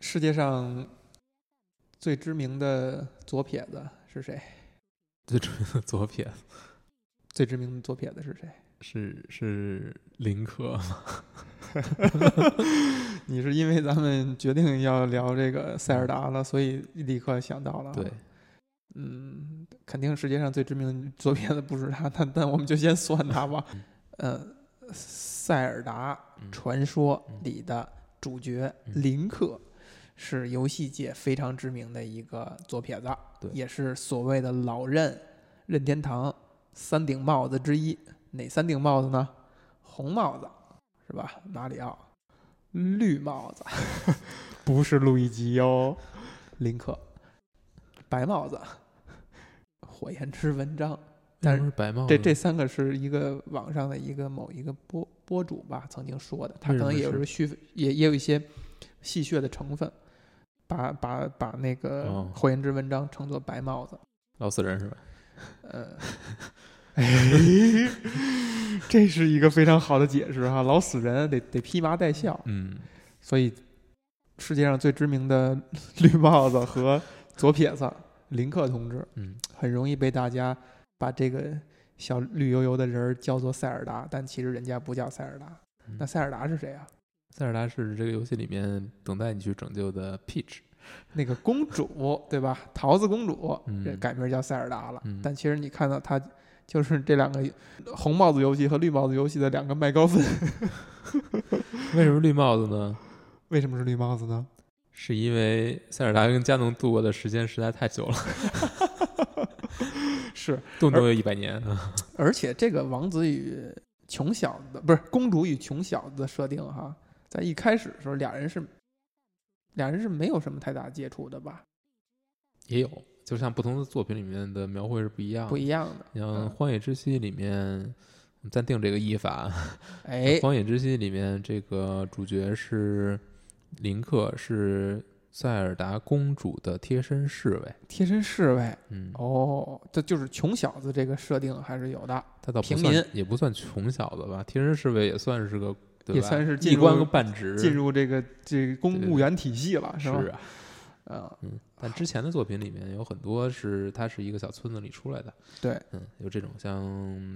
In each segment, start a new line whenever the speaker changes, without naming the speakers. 世界上最知名的左撇子是谁？
最著名的左撇子
最知名的左撇子是谁？
是是啊林克，
你是因为咱们决定要聊这个塞尔达了，所以立刻想到了。 啊
对，
嗯，肯定世界上最知名的左撇子不是他，但但我们就先算他吧。呃，塞尔达
嗯
传说里的主角
嗯
林克是游戏界非常知名的一个左撇子，
对
也是所谓的老任任天堂三顶帽子之一。哪三顶帽子呢？红帽子是吧？马里奥。绿帽子 不是路易吉哦哟， 林克。白帽子，火焰之文章。但是
是白帽
这
子
这三个是一个网上的一个某一个博博主吧曾经说的，他可能
为
也
什么
有
是
虚也也有一些戏谑的成分，把把把那个
哦
火焰之文章称作白帽子。
老死人是吧？
呃，哎，这是一个非常好的解释哈，老死人得得披麻戴孝，
嗯，
所以世界上最知名的 绿帽子和左撇子林克同志，
嗯，
很容易被大家把这个小绿油油的人儿叫做塞尔达，但其实人家不叫塞尔达。
嗯
那塞尔达是谁啊？
塞尔达是这个游戏里面等待你去拯救的 Peach，
那个公主对吧？桃子公主，
嗯
这改名叫塞尔达了。
嗯
但其实你看到她，就是这两个红帽子游戏和绿帽子游戏的两个麦高芬。
为什么绿帽子呢？
为什么是绿帽子呢？
是因为塞尔达跟加农度过的时间实在太久了，
是，
动不动有一百年。
而且这个王子与穷小子不是公主与穷小子的设定哈，在一开始的时候，俩人是俩人是没有什么太大接触的吧？
也有，就像不同的作品里面的描绘是不一样的。
不一样的。
像
嗯
《荒野之息》里面，我们暂定这个译法，
哎，
荒野之息》里面这个主角是林克，是塞尔达公主的贴身侍卫。
贴身侍卫
嗯，
哦，这就是穷小子这个设定还是有的，
他倒不
平
算
民
也不算穷小子吧，贴身侍卫也算是个，对
也
吧
算是进
一
入
官个半职。
进入这个这个公务员体系了，
是
吧？
啊，
嗯，
嗯，但之前的作品里面有很多是他是一个小村子里出来的，
对，
嗯，有这种像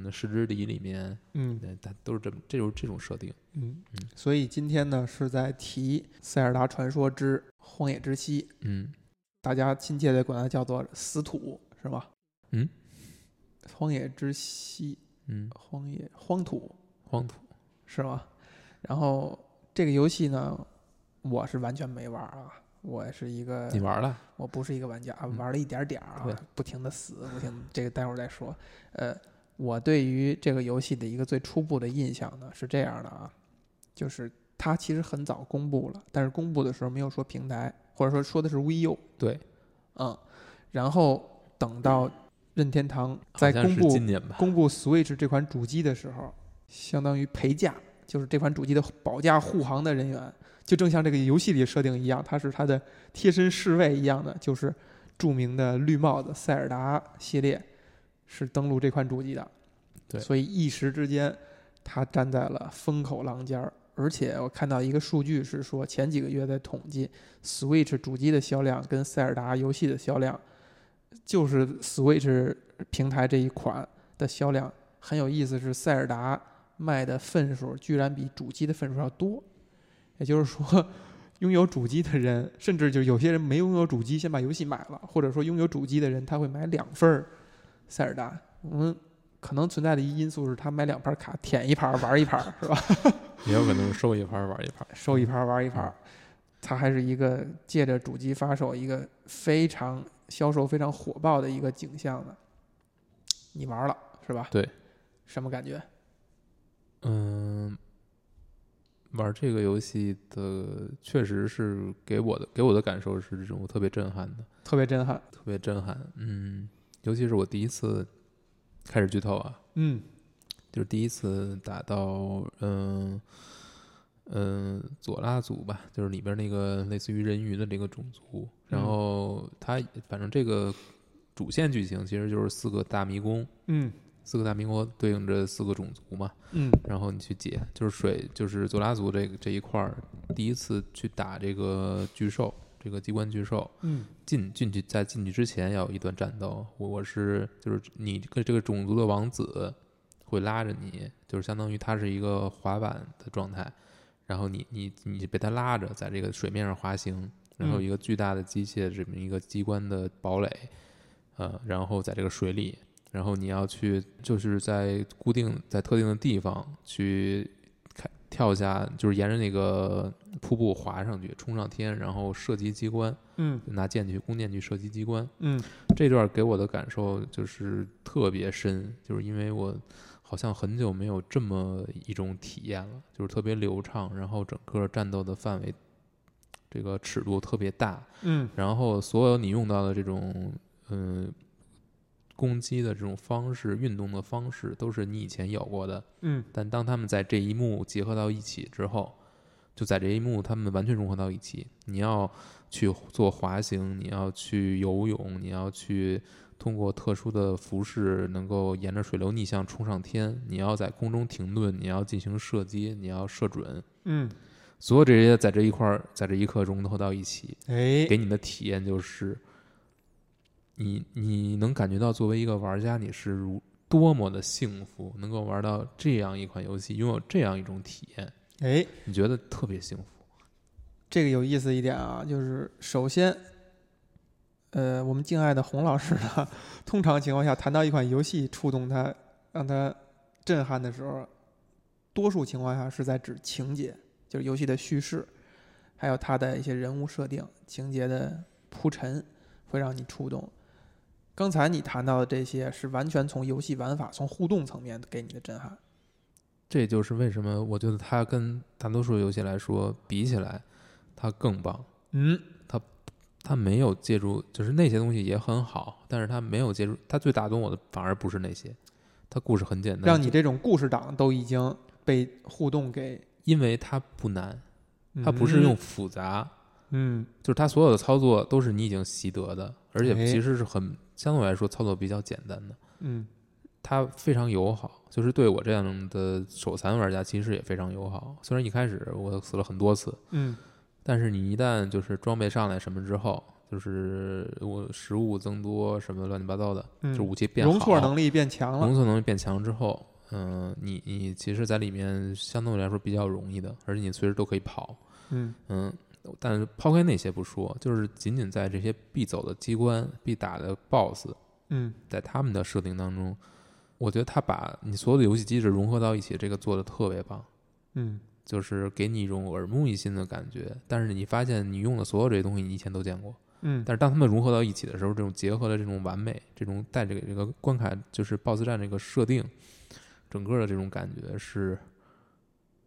《失之敌》里面，
嗯
对，它都是这么这种这种设定。
嗯
嗯，
所以今天呢是在提《塞尔达传说之荒野之息》，
嗯，
大家亲切的管它叫做死土，是吧？
嗯，
荒野之息，
嗯，
荒野荒土
荒土，
是吗？然后这个游戏呢，我是完全没玩儿啊，我是一个
你玩了？
我不是一个玩家，啊
嗯
玩了一点点儿啊
对，
不停的死，不停地，这个待会儿再说。呃，我对于这个游戏的一个最初步的印象呢是这样的啊，就是它其实很早公布了，但是公布的时候没有说平台，或者说说的是 VU，
对，
嗯，然后等到任天堂在
好像
公
是
布
今年 吧？
公布 Switch 这款主机的时候，相当于陪嫁，就是这款主机的保驾护航的人员，就正像这个游戏里设定一样，他是他的贴身侍卫一样的，就是著名的绿帽子塞尔达系列是登陆这款主机的，
对
所以一时之间他站在了风口浪尖儿。而且我看到一个数据是说，前几个月在统计 Switch 主机的销量跟塞尔达游戏的销量，就是 Switch 平台这一款的销量很有意思，是塞尔达卖的份数居然比主机的份数要多，也就是说，拥有主机的人，甚至就有些人没拥有主机，先把游戏买了，或者说拥有主机的人他会买两份儿塞尔达。我们可能存在的一因素是他买两盘卡，舔一盘儿玩一盘儿，是吧？
也有可能收一盘儿玩一盘儿。
收一盘儿玩一盘儿，它还是一个借着主机发售一个非常销售非常火爆的一个景象的。你玩了是吧？
对，
什么感觉？
嗯，玩这个游戏的确实是给我的给我的感受是这种特别震撼的，
特别震撼。
特别震撼。嗯，尤其是我第一次开始剧透啊，
嗯，
就是第一次打到嗯嗯、佐拉族吧，就是里边那个类似于人鱼的这个种族。然
嗯
后它反正这个主线剧情其实就是四个大迷宫，
嗯，
四个大民国对应着四个种族嘛，
嗯
然后你去解，就是水，就是佐拉族这个这一块儿，第一次去打这个巨兽，这个机关巨兽，
嗯
进进去在进去之前要有一段战斗，我我是就是你跟这个种族的王子会拉着你，就是相当于他是一个滑板的状态，然后你你你被他拉着在这个水面上滑行，然后
嗯
一个巨大的机械这么一个机关的堡垒，呃，然后在这个水里，然后你要去就是在固定在特定的地方去开跳下，就是沿着那个瀑布滑上去，冲上天，然后射击机关。
嗯
拿箭去弓箭去射击机关。
嗯
这段给我的感受就是特别深，就是因为我好像很久没有这么一种体验了，就是特别流畅，然后整个战斗的范围这个尺度特别大，
嗯
然后所有你用到的这种嗯、攻击的这种方式、运动的方式，都是你以前有过的，
嗯
但当他们在这一幕结合到一起之后，就在这一幕他们完全融合到一起。你要去做滑行，你要去游泳，你要去通过特殊的服饰能够沿着水流逆向冲上天，你要在空中停顿，你要进行射击，你要射准。
嗯，
所有这些在这一块儿，在这一刻融合到一起，
哎，
给你的体验就是，你你能感觉到作为一个玩家，你是如多么的幸福，能够玩到这样一款游戏，拥有这样一种体验，
哎，
你觉得特别幸福。
这个有意思一点啊，就是首先，呃，我们敬爱的洪老师呢，通常情况下谈到一款游戏触动他，让他震撼的时候，多数情况下是在指情节，就是游戏的叙事，还有它的一些人物设定、情节的铺陈，会让你触动。刚才你谈到的这些是完全从游戏玩法、从互动层面给你的震撼。
这就是为什么我觉得它跟大多数游戏来说比起来，它更棒。
嗯
它没有借助，就是那些东西也很好，但是它没有借助，它最打动我的反而不是那些，它故事很简单，
让你这种故事党都已经被互动给，
因为它不难，它不是用复杂。
嗯
就是它所有的操作都是你已经习得的，而且
哎
其实是很相对来说操作比较简单的。
嗯
它非常友好，就是对我这样的手残玩家其实也非常友好。虽然一开始我死了很多次，
嗯
但是你一旦就是装备上来什么之后，就是我食物增多什么乱七八糟的，
嗯，
就是武器变好，
容错能力变强了
容。错能力变强之后，嗯、你你其实在里面相对来说比较容易的，而且你随时都可以跑，
嗯
嗯，但是抛开那些不说，就是仅仅在这些必走的机关、必打的 BOSS，
嗯
在他们的设定当中，我觉得他把你所有的游戏机制融合到一起，这个做的特别棒，
嗯
就是给你一种耳目一新的感觉。但是你发现你用的所有这些东西，你以前都见过，
嗯，
但是当他们融合到一起的时候，这种结合了这种完美，这种带这个这个关卡就是 BOSS 战这个设定，整个的这种感觉是，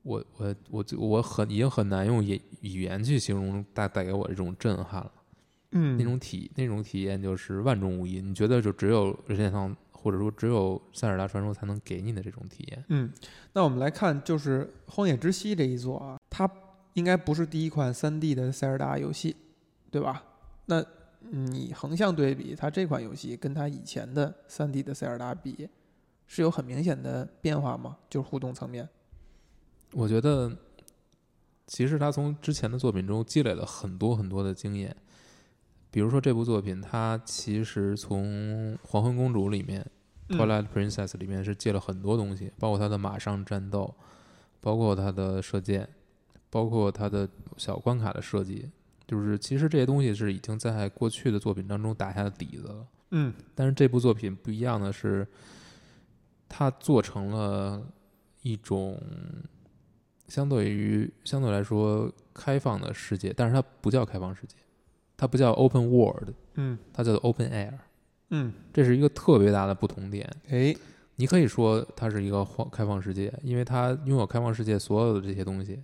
我我我就我很已经很难用语语言去形容带带给我这种震撼了。
嗯
那种体那种体验就是万中无一，你觉得就只有任天堂或者说只有塞尔达传说才能给你的这种体验。
嗯，那我们来看，就是《荒野之息》这一座啊，它应该不是第一款 3D 的塞尔达游戏，对吧？那你横向对比它这款游戏跟它以前的 3D 的塞尔达比，是有很明显的变化吗？就是互动层面。
我觉得其实他从之前的作品中积累了很多很多的经验，比如说这部作品，它其实从《黄昏公主》里面
嗯
《Twilight Princess》里面是借了很多东西，包括它的马上战斗，包括它的射箭，包括它的小关卡的设计，就是其实这些东西是已经在过去的作品当中打下了底子了。
嗯
但是这部作品不一样的是，它做成了一种相对于相对来说开放的世界，但是它不叫开放世界，它不叫 Open World，
嗯
它叫做 Open Air，
嗯，
这是一个特别大的不同点。
哎，
你可以说它是一个荒开放世界，因为它拥有开放世界所有的这些东西，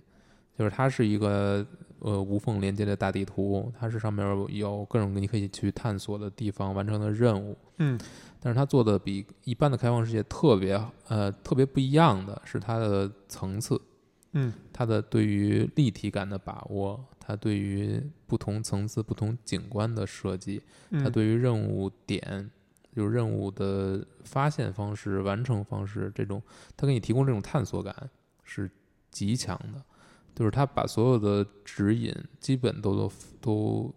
就是它是一个呃无缝连接的大地图，它是上面有各种你可以去探索的地方、完成的任务。
嗯
但是它做的比一般的开放世界特别呃特别不一样的是它的层次，
嗯
它的对于立体感的把握，它对于不同层次、不同景观的设计，它
嗯，
对于任务点就是任务的发现方式、完成方式这种，它给你提供这种探索感是极强的，就是它把所有的指引基本都都都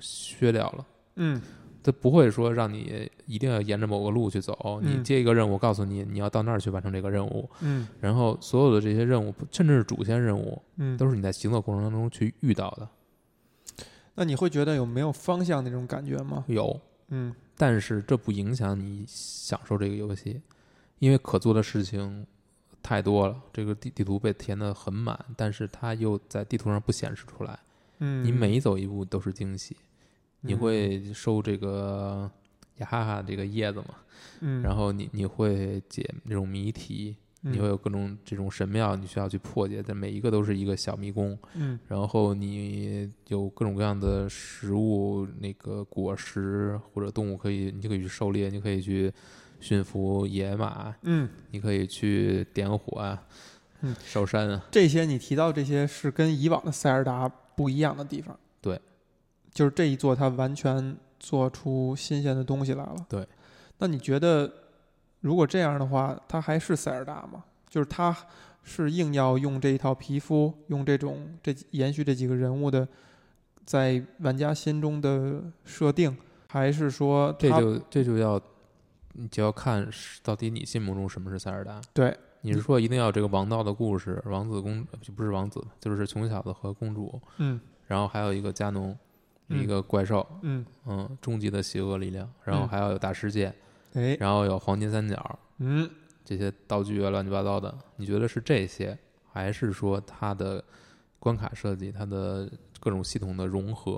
削掉了。
嗯
它不会说让你一定要沿着某个路去走，
嗯
你接一个任务，告诉你你要到那儿去完成这个任务，
嗯
然后所有的这些任务，甚至是主线任务，
嗯，
都是你在行走过程当中去遇到的。
那你会觉得有没有方向那种感觉吗？
有，
嗯
但是这不影响你享受这个游戏，因为可做的事情太多了。这个地地图被填得很满，但是它又在地图上不显示出来。
嗯，
你每走一步都是惊喜，你
嗯
会收这个雅哈哈这个叶子嘛？
嗯，
然
后
后你你会解这种谜题，你
嗯
会有各种这种神庙，你需要去破解，但每一个都是一个小迷宫。
嗯
然后你有各种各样的食物，那个果实或者动物可以，你就可以去狩猎，你可以去驯服野马，
嗯，
你可以去点火啊，
嗯
烧山啊，
这些你提到这些是跟以往的塞尔达不一样的地方。
对，
就是这一座它完全做出新鲜的东西来了。
对，
那你觉得如果这样的话，它还是塞尔达吗？就是它是硬要用这一套皮肤，用这种这延续这几个人物的在玩家心中的设定，还是说
这
它
就这就要你就要看是到底你心目中什么是塞尔达。
对，
你是说一定要有这个王道的故事，王子公呃不是王子，就是穷小子和公主，
嗯
然后还有一个加农，
嗯
一个怪兽，
嗯
嗯，终极的邪恶力量，然后
嗯
还要有大世界，
哎
然后有黄金三角
嗯
这些道具啊，乱七八糟的。你觉得是这些，还是说它的关卡设计、它的各种系统的融合、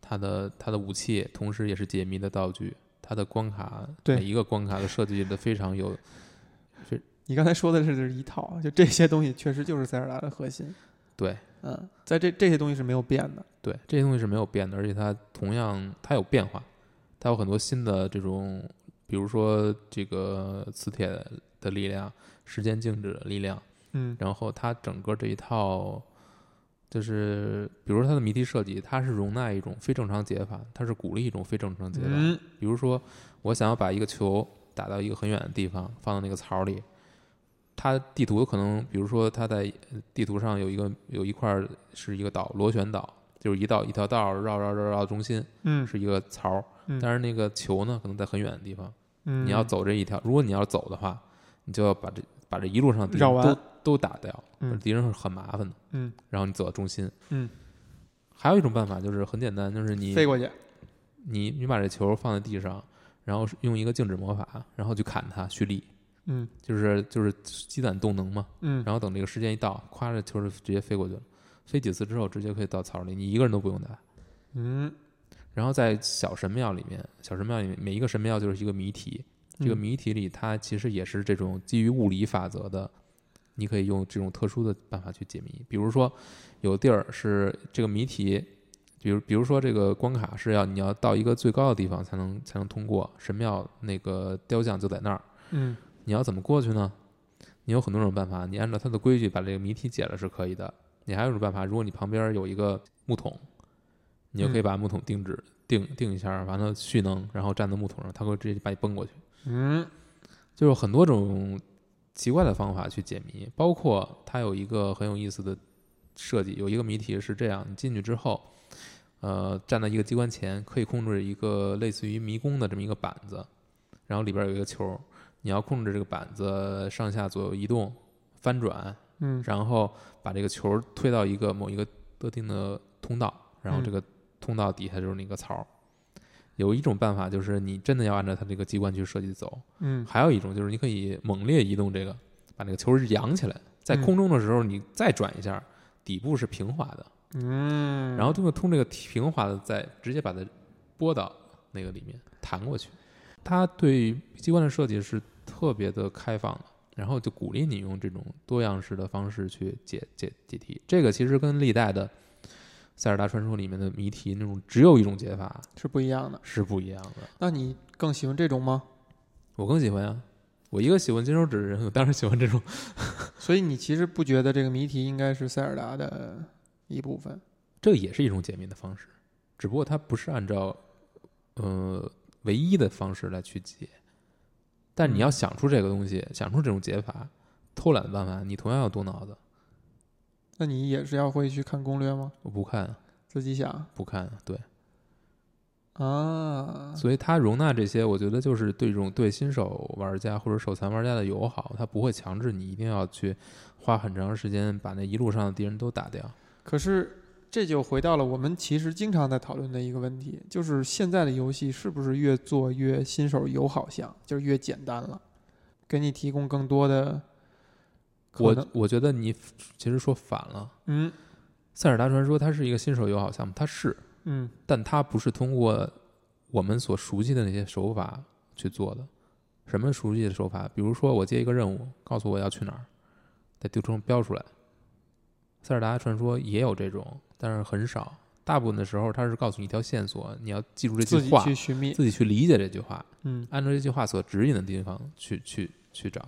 它的它的武器，同时也是解谜的道具，它的关卡
对
每一个关卡的设计的非常有
你刚才说的是这是一套，就这些东西确实就是塞尔达的核心。
对。
嗯，在这这些东西是没有变的。
对，这些东西是没有变的，而且它同样它有变化，它有很多新的这种，比如说这个磁铁的力量、时间静止的力量，
嗯
然后它整个这一套，就是比如说它的谜题设计，它是容纳一种非正常解法，它是鼓励一种非正常解法。
嗯
比如说，我想要把一个球打到一个很远的地方，放到那个槽里。它地图可能，比如说，它在呃地图上有一个有一块儿是一个岛，螺旋岛，就是一道一条道儿绕绕绕绕到中心
嗯
是一个槽儿，
嗯
但是那个球呢，可能在很远的地方。
嗯，
你要走这一条，如果你要走的话，你就要把这把这一路上的敌
绕
人
完
都都打掉，
嗯
敌人是很麻烦的。
嗯，
然后你走到中心。
嗯，
还有一种办法就是很简单，就是你
飞过去。
你你把这球放在地上，然后是用一个静止魔法，然后去砍它蓄力，
嗯
就是就是积攒动能嘛。
嗯
然后等这个时间一到，咵，这球就直接飞过去了。飞几次之后，直接可以到草里，你一个人都不用打。
嗯，
然后在小神庙里面，小神庙里面每一个神庙就是一个谜题，这个
嗯
谜题里它其实也是这种基于物理法则的，你可以用这种特殊的办法去解谜。比如说，有地儿是这个谜题，比如比如说这个关卡是要你要到一个最高的地方才能才能通过，神庙那个雕像就在那儿，
嗯
你要怎么过去呢？你有很多种办法，你按照它的规矩把这个谜题解了是可以的。你还有一种办法，如果你旁边有一个木桶，你就可以把木桶定制、定定一下，完了蓄能，然后站在木桶上，它会直接把你崩过去。
嗯
就有很多种奇怪的方法去解谜，包括它有一个很有意思的设计，有一个谜题是这样：你进去之后，呃，站在一个机关前，可以控制一个类似于迷宫的这么一个板子，然后里边有一个球，你要控制这个板子上下左右移动、翻转，
嗯
然后把这个球推到一个某一个特定的通道，然后这个通道底下就是那个槽儿。有一种办法就是你真的要按照它这个机关去设计走，
嗯
还有一种就是你可以猛烈移动这个，把那个球扬起来，在
嗯
空中的时候你再转一下，底部是平滑的，
嗯，
然后通过通这个平滑的再直接把它拨到那个里面弹过去。它对机关的设计是特别的开放的，然后就鼓励你用这种多样式的方式去解解解题。这个其实跟历代的塞尔达传说里面的谜题那种只有一种解法
是不一样的。
是不一样的。
那你更喜欢这种吗？
我更喜欢啊，我一个喜欢金手指的人，我当然喜欢这种
所以你其实不觉得这个谜题应该是塞尔达的一部分？
这也是一种解密的方式，只不过它不是按照呃唯一的方式来去解。但你
嗯
要想出这个东西，想出这种解法，偷懒的办法，你同样要动脑子。
那你也是要会去看攻略吗？
我不看，啊
自己想
不看，对。
啊，
所以它容纳这些，我觉得就是对这种对新手玩家或者手残玩家的友好，它不会强制你一定要去花很长时间把那一路上的敌人都打掉。
可是这就回到了我们其实经常在讨论的一个问题，就是现在的游戏是不是越做越新手友好向，就是越简单了，给你提供更多的可能
我。我觉得你其实说反了，
嗯
《塞尔达传说》它是一个新手友好项目，它是，
嗯
但它不是通过我们所熟悉的那些手法去做的。什么熟悉的手法？比如说，我接一个任务，告诉我要去哪儿，在地图上标出来。塞尔达传说也有这种，但是很少。大部分的时候，它是告诉你一条线索，你要记住这
自
句
己
话，
去寻觅，
自己去理解这句话，
嗯
按照这句话所指引的地方去去去找。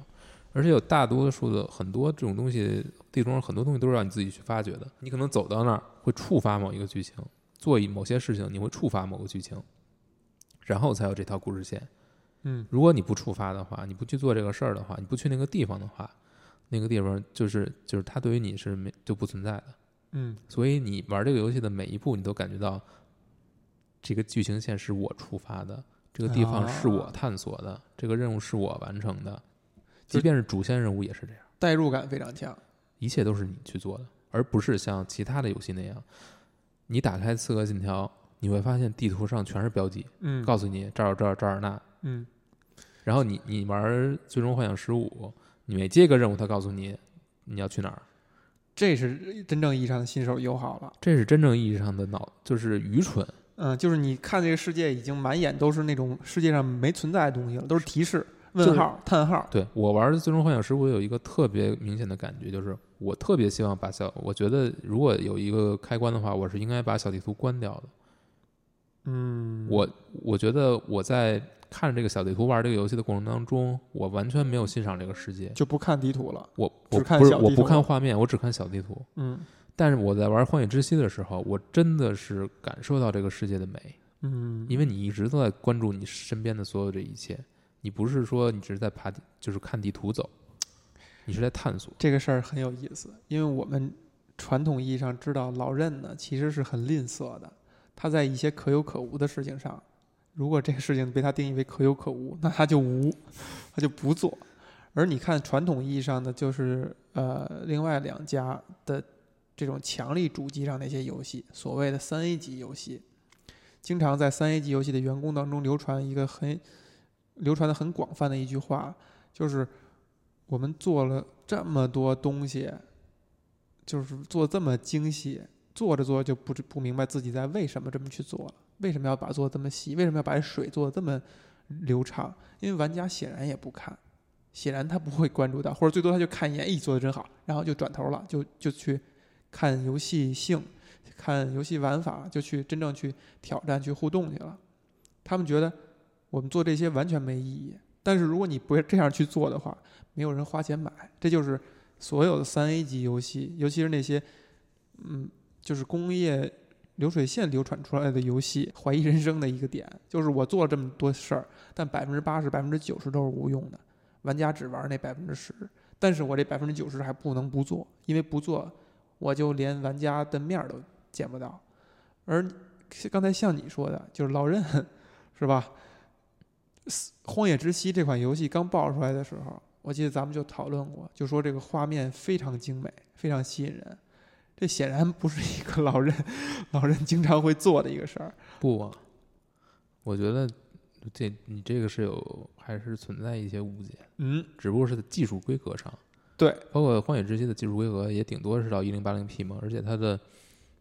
而且有大多数的很多这种东西，地图上很多东西都是让你自己去发掘的。你可能走到那儿会触发某一个剧情，做一某些事情你会触发某个剧情，然后才有这条故事线。
嗯
如果你不触发的话，你不去做这个事儿的话，你不去那个地方的话，那个地方就是就是它对于你是没就不存在的。
嗯
所以你玩这个游戏的每一步，你都感觉到这个剧情线是我触发的，这个地方是我探索的，这个任务是我完成的。
就
即便是主线任务也是这样，
代入感非常强。
一切都是你去做的，而不是像其他的游戏那样，你打开《刺客信条》，你会发现地图上全是标记，
嗯
告诉你这儿这儿这儿那。
嗯
然后你你玩《最终幻想十五》，你每接一个任务，他告诉你你要去哪儿，
这是真正意义上的新手友好了。
这是真正意义上的脑，就是愚蠢。
嗯，就是你看这个世界已经满眼都是那种世界上没存在的东西了，都是提示、
就
问
是
号、叹号。
对我玩《最终幻想十五》有一个特别明显的感觉，就是我特别希望把小，我觉得如果有一个开关的话，我是应该把小地图关掉的。
嗯，
我我觉得我在看这个小地图玩这个游戏的过程当中，我完全没有欣赏这个世界。
就不看地图了。
我我
只看
不是
小地
我不
图
看画面，我只看小地图。
嗯
但是我在玩《荒野之息》的时候，我真的是感受到这个世界的美，
嗯，
因为你一直都在关注你身边的所有这一切，你不是说你只是在爬地，就是看地图走，你是在探索。
这个事儿很有意思，因为我们传统意义上知道老任呢其实是很吝啬的，他在一些可有可无的事情上，如果这个事情被他定义为可有可无，那他就无，他就不做。而你看传统意义上的就是呃另外两家的这种强力主机上那些游戏，所谓的三 A 级游戏，经常在三 A 级游戏的员工当中流传一个很流传的很广泛的一句话，就是我们做了这么多东西，就是做这么精细，做着做着就不知不明白自己在为什么这么去做了，为什么要把做得这么细，为什么要把水做得这么流畅？因为玩家显然也不看，显然他不会关注到，或者最多他就看一眼，咦，哎做的真好，然后就转头了，就就去看游戏性，看游戏玩法，就去真正去挑战、去互动去了。他们觉得我们做这些完全没意义，但是如果你不这样去做的话，没有人花钱买，这就是所有的三 A 级游戏，尤其是那些，嗯，就是工业流水线流传出来的游戏，怀疑人生的一个点，就是我做了这么多事儿，但百分之八十、百分之九十都是无用的，玩家只玩那百分之十，但是我这百分之九十还不能不做，因为不做，我就连玩家的面儿都见不到。而刚才像你说的，就是老任， 是吧？《荒野之息》这款游戏刚爆出来的时候，我记得咱们就讨论过，就说这个画面非常精美，非常吸引人。这显然不是一个老人老人经常会做的一个事儿。
不啊，我觉得这你这个是有还是存在一些误解，
嗯，
只不过是在技术规格上。
对，
包括《荒野之息》的技术规格也顶多是到一零八零 P 嘛，而且它的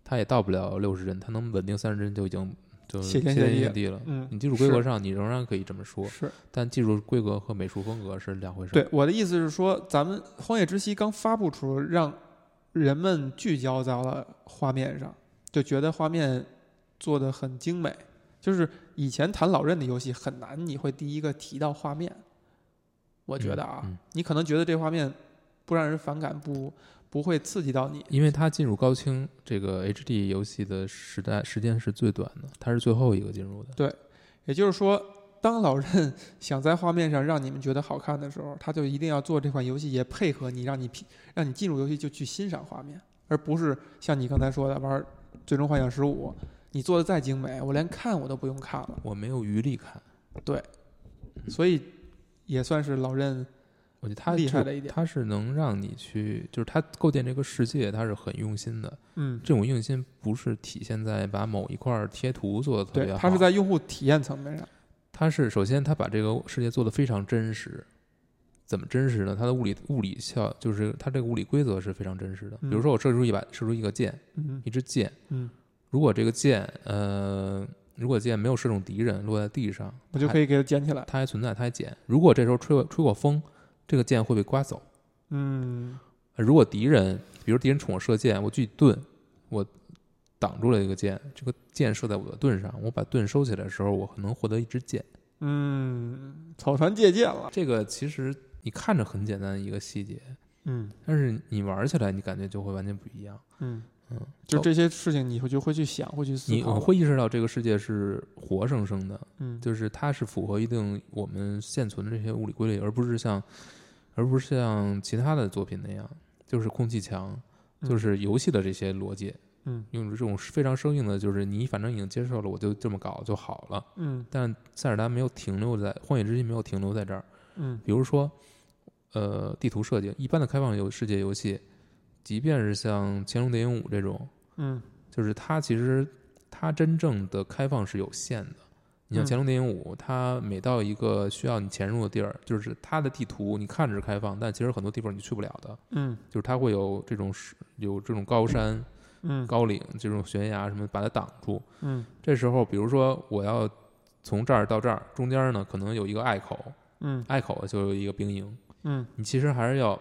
它也到不了六十帧，它能稳定三十帧就已经就
谢
谢
天
天
谢地
谢地了。
嗯
你技术规格上你仍然可以这么说，
是
但技术规格和美术风格嗯是两回事。
对，我的意思是说，咱们《荒野之息》刚发布出，让人们聚焦到了画面上，就觉得画面做的很精美。就是以前谈老任的游戏很难，你会第一个提到画面。我
我
觉得啊，
嗯嗯
你可能觉得这画面不让人反感，不不会刺激到你。
因为它进入高清这个 HD 游戏的时代时间是最短的，它是最后一个进入的。
也就是说，当老任 想在画面上让你们觉得好看的时候，他就一定要做这款游戏，也配合你，让你品让你进入游戏就去欣赏画面，而不是像你刚才说的玩《最终幻想十五》，你做的再精美，我连看我都不用看了。
我没有余力看。
所以也算是老任
我觉得他
厉害
这
了一点
他是能让你去，就是他构建这个世界，他是很用心的。
嗯，
这种用心不是体现在把某一块贴图做的特别
对，
好，啊
他是在用户体验层面上，
它是首先它把这个世界做得非常真实，怎么真实呢？它的物理物理效就是它这个物理规则是非常真实的。比
嗯
如说我射出一把射出一个箭，
嗯
一支箭，
嗯，
如果这个箭呃如果箭没有射中敌人落在地上，
我就可
以
以给它捡起来。
它还存在，它还捡。如果这时候吹过吹过风，这个箭会被刮走。
嗯，
呃如果敌人比如敌人冲我射箭，我去盾，我。挡住了这个箭，这个箭射在我的盾上，我把盾收起来的时候，我能获得一支箭。
嗯，草船借箭了。
这个其实你看着很简单的一个细节，
嗯
但是你玩起来，你感觉就会完全不一样。
嗯
嗯，
就这些事情，你会就会去想，会去思
你
考。
我，会意识到这个世界是活生生的，
嗯，
就是它是符合一定我们现存的这些物理规律，而不是像，而不是像其他的作品那样，就是空气墙，
嗯
就是游戏的这些逻辑，
嗯
用这种非常生硬的，就是你反正已经接受了，我就这么搞就好了。
嗯
但塞尔达没有停留在《荒野之息》没有停留在这儿，
嗯
比如说，呃，地图设计，一般的开放游世界游戏，即便是像《乾隆电影五》这种，
嗯
就是它其实它真正的开放是有限的。你像
嗯
《乾隆电影五》，它每到一个需要你潜入的地儿，就是它的地图你看着是开放，但其实很多地方你去不了的，
嗯
就是它会有这种是有这种高山、
嗯
高岭、这种悬崖什么把它挡住。
嗯
这时候，比如说我要从这儿到这儿，中间呢可能有一个隘口，
嗯
隘口就有一个兵营，
嗯
你其实还是要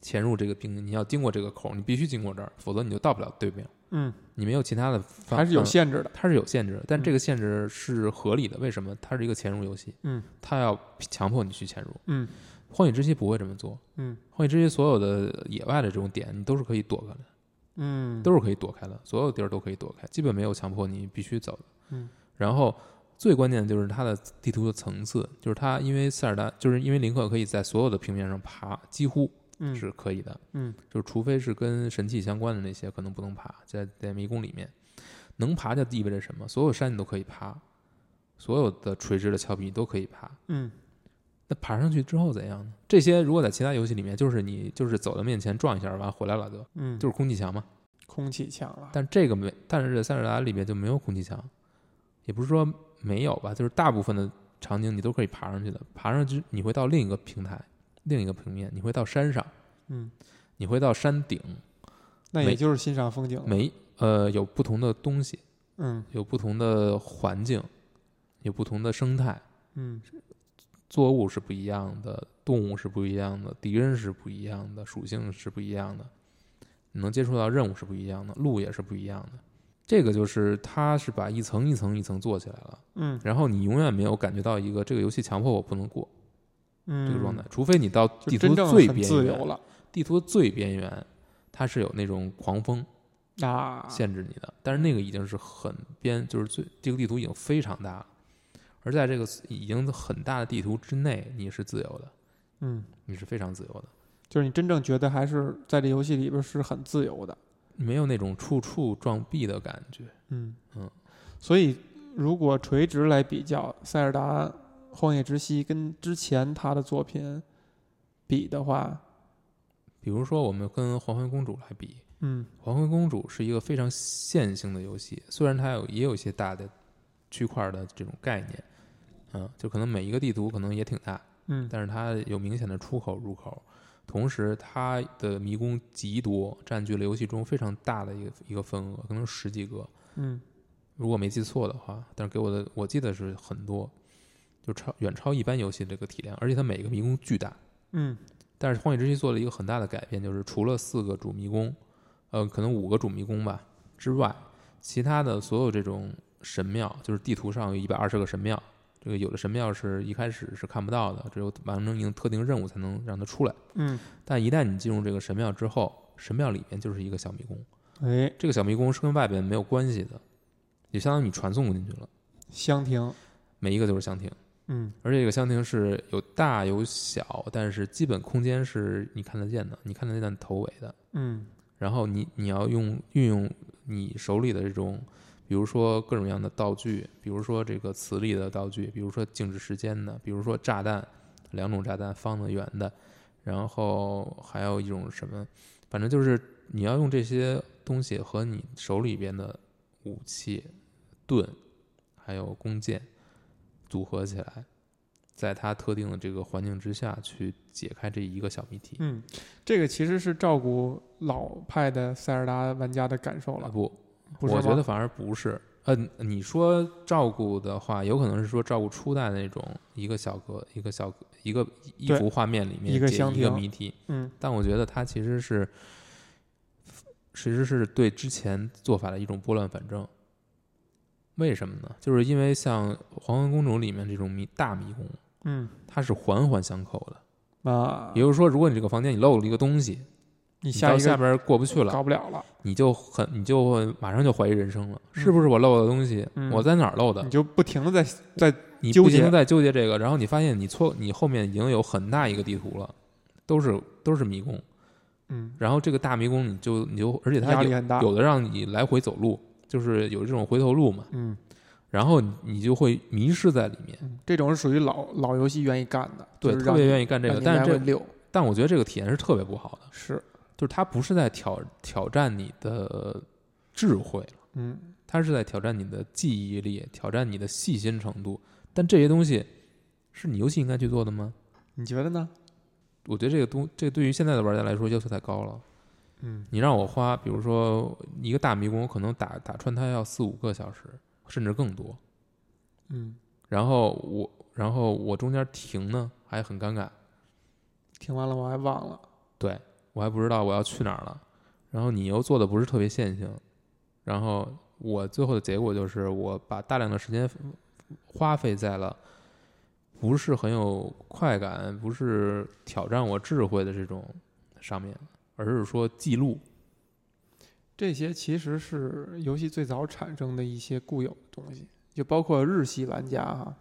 潜入这个兵营，你要经过这个口儿，你必须经过这儿，否则你就到不了对面。
嗯，
你没有其他的方，
还是有
呃
限制的。
它是有限制的，但
嗯
这个限制是合理的。为什么？它是一个潜入游戏，
嗯，
它要强迫你去潜入。
嗯
荒野之息不会这么做，
嗯
荒野之息所有的野外的这种点，你都是可以躲开的，
嗯，
都是可以躲开的，所有地儿都可以躲开，基本没有强迫你必须走的。
嗯，
然后。最关键的就是它的地图的层次，就是它因为塞尔达，就是因为林克可以在所有的平面上爬，几乎
嗯
是可以的，
嗯
就是除非是跟神器相关的那些，可能不能爬，在在迷宫里面，能爬就意味着什么？所有山你都可以爬，所有的垂直的峭壁你都可以爬。
嗯
那爬上去之后怎样呢？这些如果在其他游戏里面，就是你就是走到面前撞一下，完回来了就，
嗯，
就是空气墙嘛。
空气强了。
但这个没，但是塞尔达里面就没有空气墙，也不是说没有吧，就是大部分的场景你都可以爬上去的，爬上去你会到另一个平台，另一个平面，你会到山上，
嗯，
你会到山顶，
那也
没
就是欣赏风景了。
每呃有不同的东西，
嗯
有不同的环境，有不同的生态，
嗯
作物是不一样的，动物是不一样的，敌人是不一样的，属性是不一样的，你能接触到任务是不一样的，路也是不一样的。这个就是它是把一层一层一层做起来了，
嗯
然后你永远没有感觉到一个这个游戏强迫我不能过
嗯，
这个状态，除非你到
就
地图
真正
最
很
边
自由
缘，
了。
地图最边缘，它是有那种狂风
那
限制你的。但是那个已经是很边，就是最这个地图已经非常大了，而在这个已经很大的地图之内，你是自由的，
嗯，
你是非常自由的，
就是你真正觉得还是在这游戏里边是很自由的。
没有那种处处撞壁的感觉。
嗯
嗯，
所以如果垂直来比较，《塞尔达：荒野之息》跟之前他的作品比的话，
比如说，我们跟《黄昏公主》来比，
嗯
《黄昏公主》是一个非常线性的游戏，虽然它有也有一些大的区块的这种概念，嗯，就可能每一个地图可能也挺大，
嗯
但是它有明显的出口入口，同时它的迷宫极多，占据了游戏中非常大的一个一个份额，可能十几个，
嗯
如果没记错的话，但是给我的我记得是很多，就超远超一般游戏这个体量，而且它每个迷宫巨大。
嗯
但是《荒野之息》做了一个很大的改变，就是除了四个主迷宫，呃，可能五个主迷宫吧之外，其他的所有这种神庙，就是地图上有一百二十个神庙，这个有的神庙是一开始是看不到的，只有完成一定特定任务才能让它出来。
嗯，
但一旦你进入这个神庙之后，神庙里面就是一个小迷宫，
哎，
这个小迷宫是跟外边没有关系的，也相当于你传送进去了。
香亭，
每一个都是香亭，
嗯
而且这个箱庭是有大有小，但是基本空间是你看得见的，你看得见头尾的。
嗯
然后你你要用运用你手里的这种，比如说各种各样的道具，比如说这个磁力的道具，比如说静止时间的，比如说炸弹，两种炸弹，方的、圆的，然后还有一种什么，反正就是你要用这些东西和你手里边的武器、盾，还有弓箭组合起来，在它特定的这个环境之下去解开这一个小谜题。
嗯，这个其实是照顾老派的塞尔达玩家的感受
啊
了，
不，
不是
我
吗
觉得反而不是。呃，你说照顾的话，有可能是说照顾初代那种一个小格、一个小格、一个一
对
幅画面里面
一个
解
箱
一个
庭
谜题，
嗯
但我觉得它其实是，其实是对之前做法的一种拨乱反正。为什么呢？就是因为像《黄昏公主》里面这种迷大迷宫，
嗯
它是环环相扣的。
啊
也，就是说，如果你这个房间你漏了一个东西，
你
你
下
到
一
下
个
边儿过不去了，
搞不了了，
你就很你就会马上就怀疑人生了，
嗯
是不是我漏的东西？
嗯
我在哪儿漏的
你？就不停的在在
你
纠
不
结
停地在纠结这个，然后你发现你错，你后面已经有很大一个地图了，都是都是迷宫，
嗯
然后这个大迷宫你就你就而且它
压力
有
很大，
有的让你来回走路，就是有这种回头路嘛，
嗯
然后你你就会迷失在里面。
嗯，这种是属于老老游戏愿意干的，
对，
就是
特
让
别
你
愿意干这
让
个，
你
但
来
是
回
这
溜
但我觉得这个体验是特别不好的，
是
就是它不是在挑挑战你的智慧，
嗯
它是在挑战你的记忆力，挑战你的细心程度。但这些东西是你游戏应该去做的吗？
你觉得呢？
我觉得这个东，这个对于现在的玩家来说要求太高了。
嗯
你让我花，比如说一个大迷宫，我可能打打穿它要四五个小时，甚至更多。
嗯，
然后我，然后我中间停呢，还很尴尬，
听完了我还忘了，
对我还不知道我要去哪儿了。然后你又做的不是特别线性，然后我最后的结果就是我把大量的时间花费在了不是很有快感、不是挑战我智慧的这种上面，而是说记录。
这些其实是游戏最早产生的一些固有的东西，就包括日系玩家哈。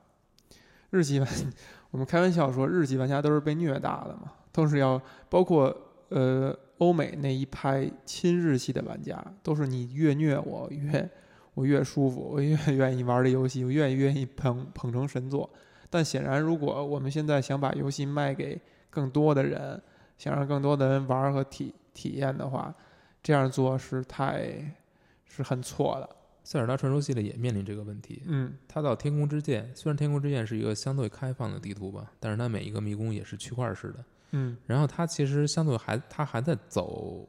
日系玩， 我们开玩笑说日系玩家都是被虐大的嘛，都是要包括呃欧美那一派亲日系的玩家，都是你越虐我越我越舒服，我越 愿意玩这游戏，我越愿意捧捧成神作。但显然，如果我们现在想把游戏卖给更多的人，想让更多的人玩儿和体体验的话，这样做是太是很错的。
塞尔达传说系列也面临这个问题。
嗯
它到天空之剑，虽然天空之剑是一个相对开放的地图吧，但是它每一个迷宫也是区块式的。
嗯
然后它其实相对还它还在走，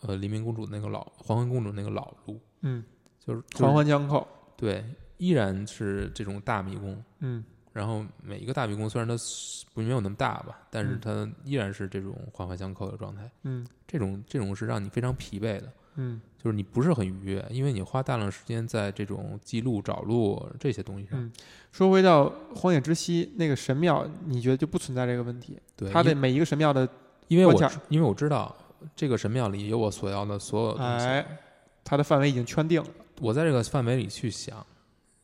呃，黎明公主那个老黄昏公主那个老路，
嗯，
就是就是
环环相扣。
对，依然是这种大迷宫。
嗯
然后每一个大迷宫虽然它是不没有那么大吧，但是
嗯
它依然是这种环环相扣的状态。
嗯
这种这种是让你非常疲惫的，
嗯
就是你不是很愉悦，因为你花大量时间在这种记录、找路这些东西上。
嗯，说回到《荒野之息》那个神庙，你觉得就不存在这个问题？
对，
它
因
的每一个神庙的，
因为
关
我
卡
知因为我知道这个神庙里有我所要的所有东西，
哎，它的范围已经圈定了，
我在这个范围里去想，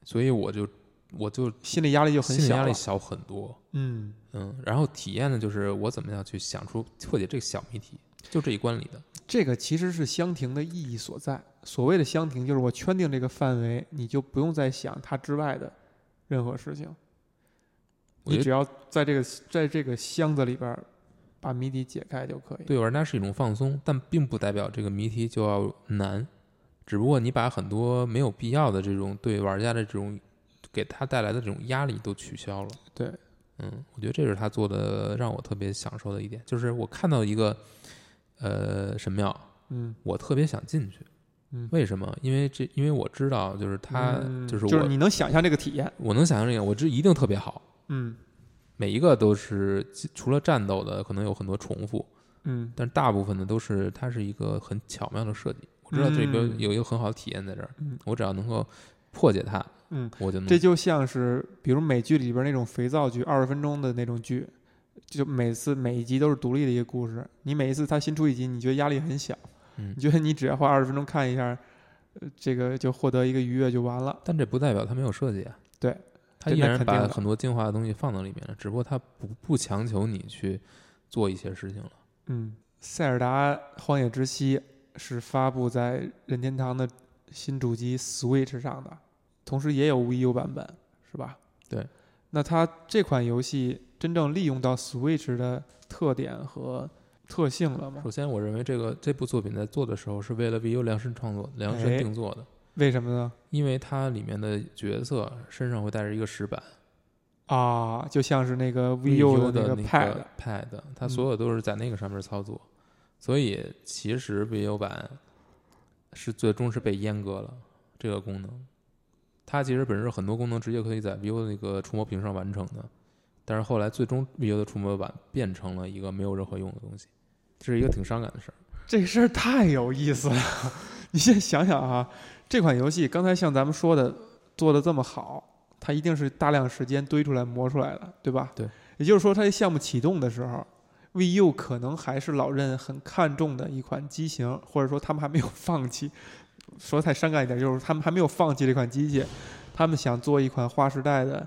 所以我就我就
心理压力就很
心理
小
压力
了。
小很多。
嗯，
嗯，然后体验呢，就是我怎么样去想出破解这个小谜题，就这一关里的。
这个其实是香亭的意义所在。所谓的香亭，就是我圈定这个范围，你就不用再想它之外的任何事情。
我
你
觉得
只要在这个在这个箱子里边儿把谜底解开就可以。
对玩家是一种放松，但并不代表这个谜题就要难。只不过你把很多没有必要的这种对玩家的这种给他带来的这种压力都取消了。
对，
嗯，我觉得这是他做的让我特别享受的一点，就是我看到一个呃神庙，
嗯
我特别想进去。
嗯
为什么？因为这，因为我知道，就是他，
嗯
就是
就
我，
是你能想象这个体验，
我能想象这个，我这一定特别好。
嗯
每一个都是除了战斗的，可能有很多重复，
嗯
但是大部分的都是它是一个很巧妙的设计。我知道这个
嗯
有一个很好的体验在这儿，
嗯
我只要能够破解它，
嗯，
我就能
这就像是比如美剧里边那种肥皂剧，二十分钟的那种剧，就每次每一集都是独立的一个故事，你每一次它新出一集，你觉得压力很小，
嗯
你觉得你只要花二十分钟看一下，呃，这个就获得一个愉悦就完了。
但这不代表它没有设计啊。
对，
他
对
依
那
然
肯定
把
的
很多精华的东西放到里面了，只不过他不不强求你去做一些事情了。
嗯，塞尔达《荒野之息》是发布在任天堂的新主机 Switch 上的，同时也有 VU 版本，是吧？
对。
那它这款游戏真正利用到 Switch 的特点和特性了吗？
首先，我认为这个这部作品在做的时候是为了 VU 量身创作、量身
哎
定做的，
为什么呢？
因为它里面的角色身上会带着一个石板
啊，就像是那个 VU
的嗯
那
那
Pad，
个 Pad，它所有都是在那个上面操作，所以其实 VU 版是最终是被阉割了这个功能。它其实本身很多功能直接可以在 VU 的那个触摸屏上完成的，但是后来最终 VU 的触摸板变成了一个没有任何用的东西，这是一个挺伤感的事儿。
这事儿太有意思了。你先想想啊，这款游戏刚才像咱们说的做的这么好，它一定是大量时间堆出来磨出来的，对吧？
对。
也就是说，它这项目启动的时候，VU 可能还是老任很看重的一款机型，或者说他们还没有放弃。说太伤感一点，就是他们还没有放弃这款机器，他们想做一款划时代的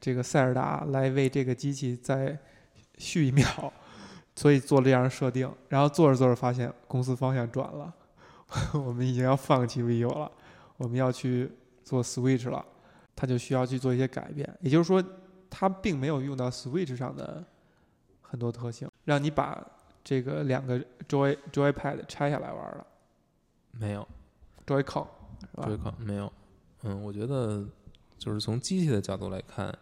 这个塞尔达来为这个机器再续一秒，所以做了这样的设定。然后做着做着发现公司方向转了， 我们已经要放弃 VU 了，我们要去做 Switch 了，它就需要去做一些改变。也就是说，它并没有用到 Switch 上的很多特性，让你把这个两个 Joy Joypad 拆下来玩了
没有，
，Joycon 是吧？
对抗没有。嗯，我觉得就是从机器的角度来看，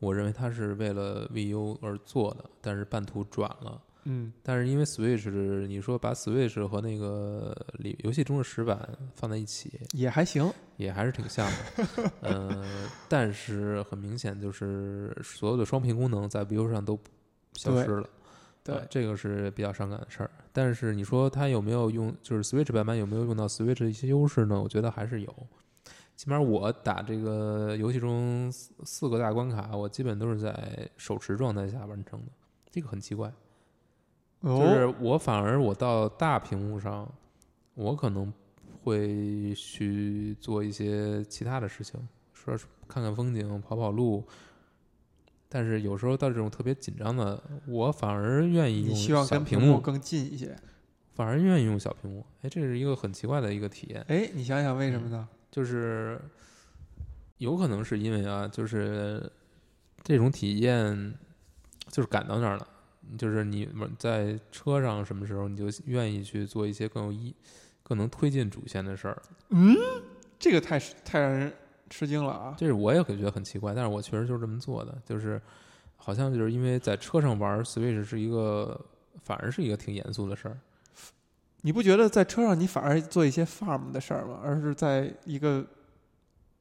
我认为它是为了 VU 而做的，但是半途转了。
嗯，
但是因为 Switch，你说把 Switch 和那个里游戏中的石板放在一起，
也还行。
也还是挺像的。呃，但是很明显就是所有的双屏功能在 VU 上都消失了。
对
呃，这个是比较伤感的事儿。但是你说它有没有用，就是 Switch 版本有没有用到 Switch 的一些优势呢？我觉得还是有。起码我打这个游戏中四四个大关卡，我基本都是在手持状态下完成的，这个很奇怪。就是
哦，
我反而我到大屏幕上，我可能会去做一些其他的事情，说是看看风景、跑跑路。但是有时候到这种特别紧张的，我反而愿意
你
用
希望
小
跟
屏
屏
幕，
更近一些。
反而愿意用小屏幕。哎，这是一个很奇怪的一个体验，
哎，你想想为什么呢？
就是有可能是因为啊，就是这种体验就是赶到那儿了，就是你在车上什么时候你就愿意去做一些更有意、更能推进主线的事儿。嗯
这个太太让人吃惊了啊！
这是我也感觉很奇怪，但是我确实就是这么做的，就是好像就是因为在车上玩 Switch 是一个反而是一个挺严肃的事儿。
你不觉得在车上你反而做一些 farm 的事儿吗？而是在一个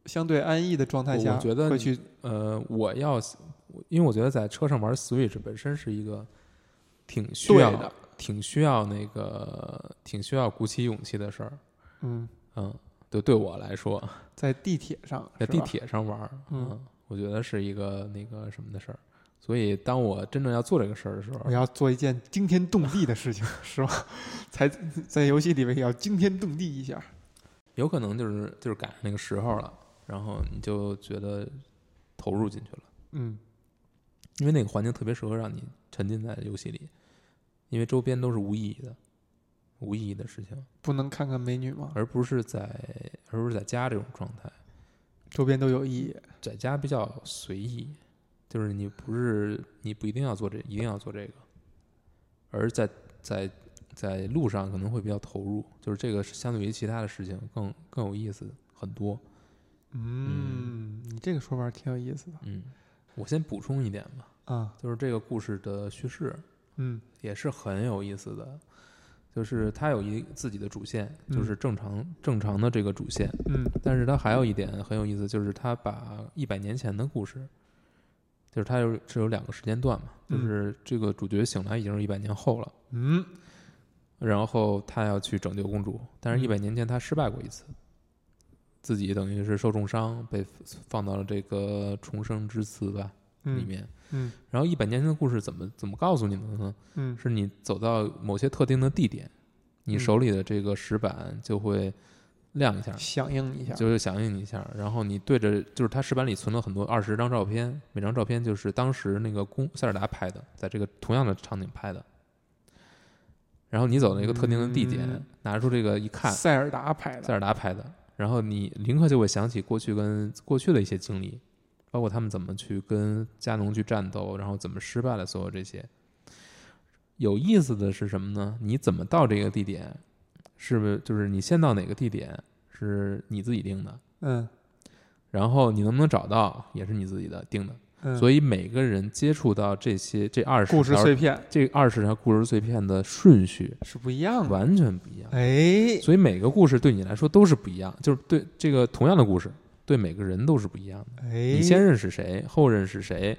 相对安逸的状态
我
下，
我觉得
会
你
去
呃，我要因为我觉得在车上玩 Switch 本身是一个挺需
对
要
的，
挺需要那个，挺需要鼓起勇气的事儿。
嗯，
嗯，对，对我来说，
在地铁上，
在
是
地
吧，
铁上玩儿，
嗯
我觉得是一个那个什么的事儿。所以，当我真正要做这个事儿的时候
我，要做一件惊天动地的事情，是吧？才在游戏里面也要惊天动地一下。
有可能就是就是赶上那个时候了，然后你就觉得投入进去了，
嗯，
因为那个环境特别适合让你沉浸在游戏里，因为周边都是无意义的、无意义的事情，
不能看看美女吗？
而不是在而不是在家这种状态。
周边都有意义。
在家比较随意，就是你不是你不一定要做这，一定要做这个，而在在在路上可能会比较投入，就是这个是相对于其他的事情更更有意思很多。
嗯，你这个说法挺有意思的
嗯，我先补充一点吧，
啊。
就是这个故事的叙事
嗯
也是很有意思的，就是它有一自己的主线，
嗯
就是正常、正常的这个主线，
嗯
但是它还有一点很有意思，就是它把一百年前的故事，就是它有是有两个时间段嘛，就
嗯
是这个主角醒来已经是一百年后了，
嗯，
然后他要去拯救公主，但是一
嗯
百年前他失败过一次，自己等于是受重伤，被放到了这个重生之词吧
嗯
里面。
嗯
然后一百年前的故事怎么怎么告诉你们呢？
嗯
是你走到某些特定的地点，你
嗯
手里的这个石板就会亮一下，
响应一下，
就是响应你一下，然后你对着就是它石板里存了很多二十张照片，每张照片就是当时那个公塞尔达拍的，在这个同样的场景拍的。然后你走到一个特定的地点，
嗯
拿出这个一看，
塞尔达拍
塞
的，
尔达拍的，然后你立刻就会想起过去跟过去的一些经历，包括他们怎么去跟加农去战斗，然后怎么失败了，所有这些。有意思的是什么呢？你怎么到这个地点？是不是就是你先到哪个地点是你自己定的？
嗯
然后你能不能找到也是你自己的定的。
嗯，
所
以
以每个人接触到这些这二十
故事
条
碎片
这二十条故事碎片的顺序
是不一样的。
完全不一样。
哎，
所以每个故事对你来说都是不一样，就是对这个同样的故事，对每个人都是不一样的。
哎，
你先认识谁，后认识谁，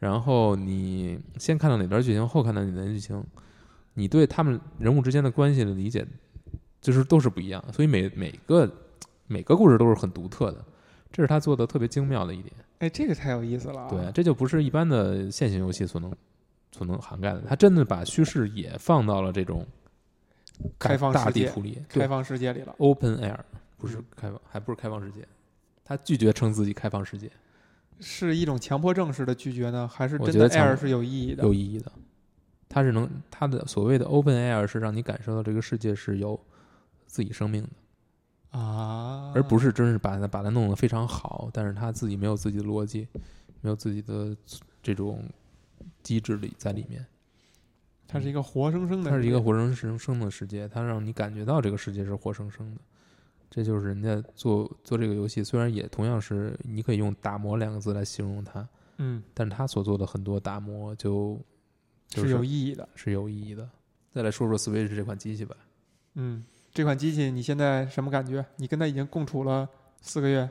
然后你先看到哪边剧情，后看到哪边剧情，你对他们人物之间的关系的理解，就是都是不一样。所以每每个每个故事都是很独特的，这是他做的特别精妙的一点。
哎，这个太有意思了啊！
对，这就不是一般的线性游戏所能所能涵盖的，他真的把叙事也放到了这种大
开放世
大地
界
图里，对
开放世界里了。
Open Air 不是
嗯
开放，还不是开放世界。他拒绝称自己开放世界，
是一种强迫症式的拒绝呢，还是
我
真
觉得
的
强
air 是有意义的？
有意义的。他是能，他的所谓的 Open Air 是让你感受到这个世界是有自己生命的，
啊，
而不
是
是真是把它把它弄得非常好，但是他自己没有自己的逻辑，没有自己的这种机制里在里面。
它是一个活生生的，
它是一个活生生生的世界，它让你感觉到这个世界是活生生的。这就是人家做做这个游戏，虽然也同样是你可以用“打磨”两个字来形容它，
嗯，
但是他所做的很多打磨就就是
是有意义的。
是有意义的。再来说说 Switch 这款机器吧，
嗯，这款机器你现在什么感觉？你跟它已经共处了四个月，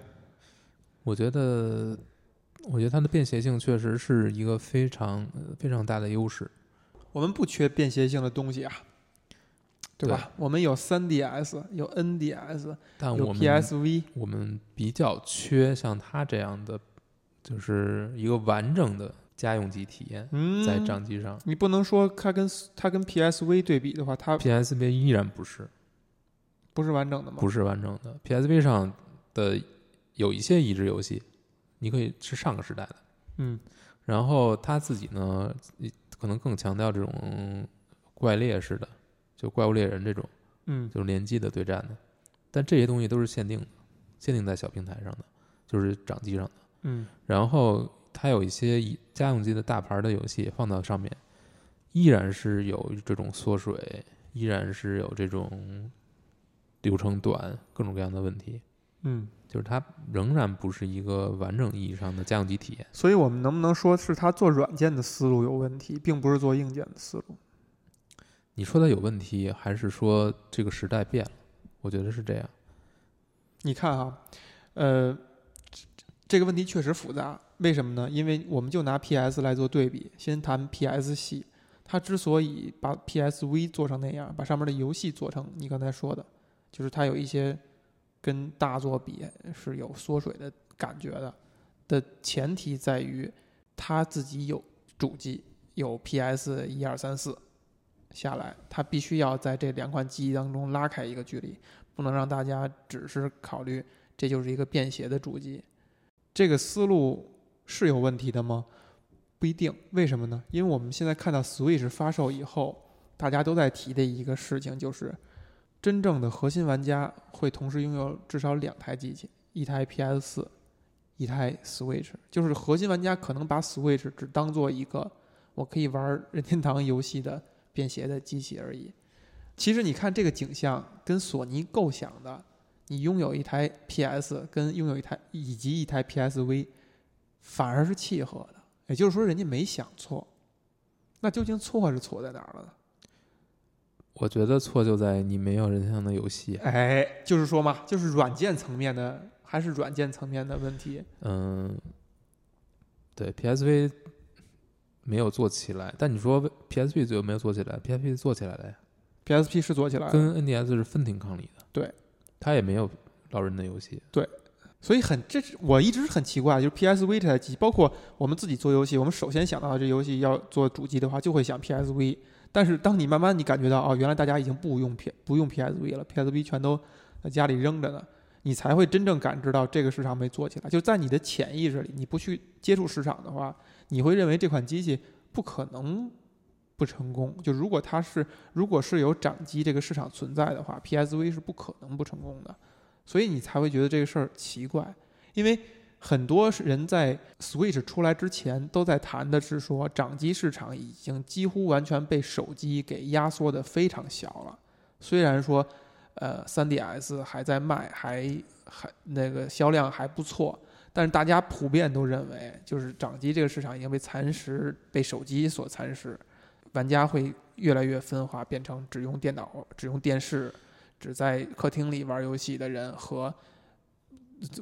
我觉得，我觉得它的便携性确实是一个非常呃非常大的优势。
我们不缺便携性的东西啊，对吧？我们有 3DS，有 NDS，
但
有
我们
PSV，
我们比较缺像它这样的，就是一个完整的家用机体验
嗯，
在掌机上。
你不能说它跟它跟 PSV 对比的话，它
PSV 依然不是
不是完整的吗？
不是完整的，PSV 上的有一些移植游戏，你可以是上个时代的。
嗯
然后他自己呢，可能更强调这种怪猎式的，就怪物猎人这种，
嗯
就是联机的对战的。但这些东西都是限定的，限定在小平台上的，就是掌机上的。
嗯，
然后它有一些以家用机的大牌的游戏放到上面，依然是有这种缩水，依然是有这种流程短，各种各样的问题。
嗯，
就是它仍然不是一个完整意义上的家用机体验。
所以我们能不能说是它做软件的思路有问题，并不是做硬件的思路？
你说它有问题，还是说这个时代变了？我觉得是这样。
你看哈，呃，这这个问题确实复杂，为什么呢？因为我们就拿 PS 来做对比，先谈 PS 系，它之所以把 PSV 做成那样，把上面的游戏做成你刚才说的，就是它有一些跟大作比是有缩水的感觉的，的前提在于它自己有主机，有 PS 一二三四。下来，它必须要在这两款机当中拉开一个距离，不能让大家只是考虑这就是一个便携的主机。这个思路是有问题的吗？不一定，为什么呢？因为我们现在看到 Switch 发售以后，大家都在提的一个事情就是，真正的核心玩家会同时拥有至少两台机器，一台 PS 四，一台 Switch。就是核心玩家可能把 Switch 只当做一个我可以玩任天堂游戏的便携的机器而已。其实你看这个景象跟索尼构想的，你拥有一台 PS 跟拥有一台以及一台 PSV，反而是契合的。也就是说，人家没想错。那究竟错是错在哪儿了呢？
我觉得错就在你没有人家的游戏。
哎，就是说嘛，就是软件层面的，还是软件层面的问题。
嗯，对，PSV 没有做起来，但你说 PSP 就没有做起来，PSP 做起来了呀，
PSP 是做起来了，
跟 NDS 是分庭抗礼的。
对，
它也没有老人的游戏。
所以很这是我一直很奇怪，就是 PSV 这台机，包括我们自己做游戏，我们首先想到这游戏要做主机的话，就会想 PSV。但是当你慢慢你感觉到哦，原来大家已经不用 P 不用 PSV 了，PSV 全都在家里扔着呢，你才会真正感知到这个市场没做起来。就在你的潜意识里，你不去接触市场的话，你会认为这款机器不可能不成功。就如果它是如果是有掌机这个市场存在的话，PSV 是不可能不成功的，所以你才会觉得这个事儿奇怪，因为。很多人在 Switch 出来之前都在谈的是说，掌机市场已经几乎完全被手机给压缩的非常小了。虽然说，呃，3DS 还在卖，还还那个销量还不错，但是大家普遍都认为，就是掌机这个市场已经被蚕食，被手机所蚕食，玩家会越来越分化，变成只用电脑、只用电视、只在客厅里玩游戏的人和。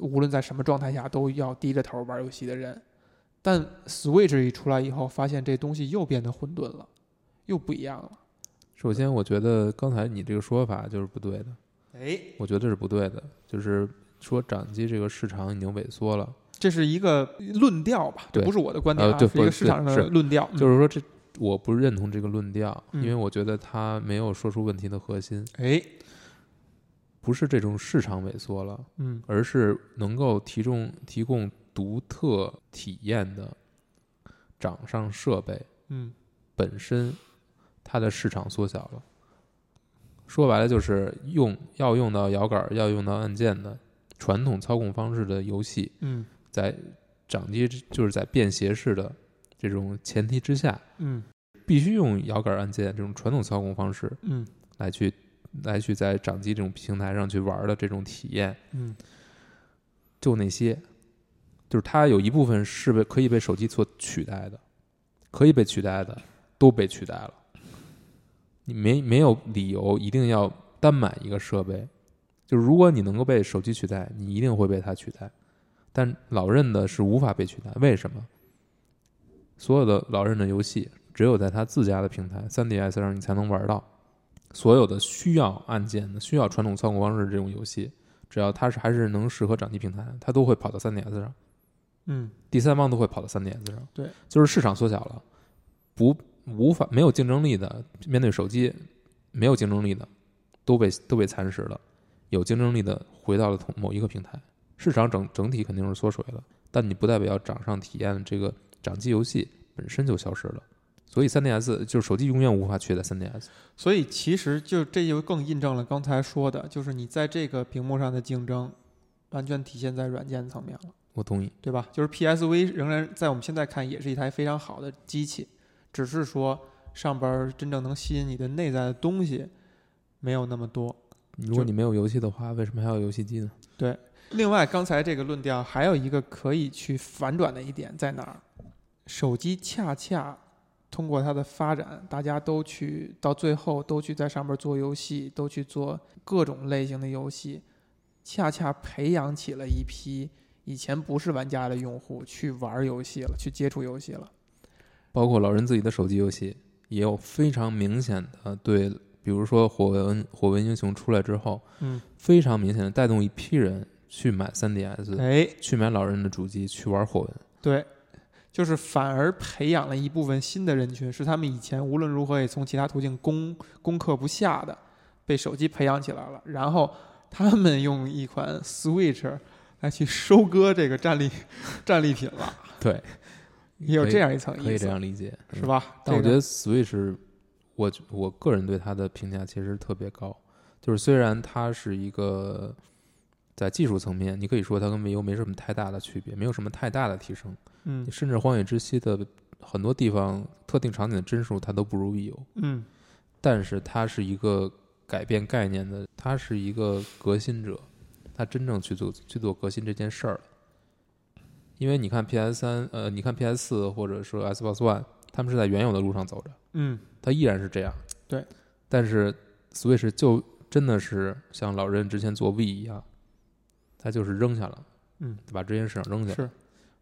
无论在什么状态下都要低着头玩游戏的人，但 Switch 一出来以后，发现这东西又变得混沌了，又不一样了。
首先，我觉得刚才你这个说法就是不对的，
哎，
我觉得是不对的，就是说掌机这个市场已经萎缩了，
这是一个论调吧？这
对
不是我的观点啊，
呃对
是一个市场上
不
的
是
论调。嗯
就是说这我不认同这个论调，
嗯
因为我觉得他没有说出问题的核心，
哎，
不是这种市场萎缩了，
嗯
而是能够提供提供独特体验的掌上设备
嗯，
本身，它的市场缩小了。说白了就是用要用到摇杆儿、要用到按键的传统操控方式的游戏，
嗯
在掌机就是在便携式的这种前提之下，
嗯
必须用摇杆按键这种传统操控方式
嗯
来去来去在掌机这种平台上去玩的这种体验，
嗯
就那些，就是它有一部分是被可以被手机所取代的，可以被取代的都被取代了。你没没有理由一定要单买一个设备，就是如果你能够被手机取代，你一定会被它取代。但老任的是无法被取代，为什么？所有的老任的游戏只有在他自家的平台 3DS 上你才能玩到，所有的需要按键的、需要传统操控方式的这种游戏，只要它是还是能适合掌机平台，它都会跑到 3DS 上，
嗯
第三方都会跑到 3DS 上。
对，
就是市场缩小了，不无法没有竞争力的，面对手机没有竞争力的，都被都被蚕食了。有竞争力的回到了同某一个平台，市场整整体肯定是缩水了，但你不代表掌上体验这个掌机游戏本身就消失了。所以 3DS 就是手机永远无法取代 3DS。
所以其实就这就更印证了刚才说的，就是你在这个屏幕上的竞争，完全体现在软件层面了。
我同意，
对吧？就是 PSV 仍然在我们现在看也是一台非常好的机器，只是说上边儿真正能吸引你的内在的东西没有那么多。
如果你没有游戏的话，为什么还要游戏机呢？
另外，刚才这个论调还有一个可以去反转的一点在哪儿？手机恰恰通过它的发展，大家都去到最后都去在上面做游戏，都去做各种类型的游戏，恰恰培养起了一批以前不是玩家的用户去玩游戏了，去接触游戏了。
包括老人自己的手机游戏，也有非常明显的对，比如说《火纹火纹英雄》出来之后，
嗯，
非常明显的带动一批人去买 3DS，、
哎，
去买老人的主机，去玩火纹。
对，就是反而培养了一部分新的人群，是他们以前无论如何也从其他途径攻攻克不下的，被手机培养起来了。然后他们用一款 Switch 来去收割这个战利 战利品了，
对，
也有
可以
这样一层
可
意
以这
思，
样理解，
是
嗯？
吧？
但我觉
这个
得 Switch，我我个人对它的评价其实特别高，就是虽然它是一个。在技术层面，你可以说它跟 VU 没什么太大的区别，没有什么太大的提升，
嗯
甚至《荒野之息》的很多地方特定场景的帧数它都不如 VU。
嗯
但是他是一个改变概念的，他是一个革新者，他真正去做去做革新这件事儿了。因为你看 PS 三，呃，你看 PS 四或者说 Xbox One，他们是在原有的路上走着，
嗯，
它依然是这样。
对，
但是 Switch 就真的是像老任之前做 V 一样，他就是扔下了，
嗯，
把这件市场扔下了，
是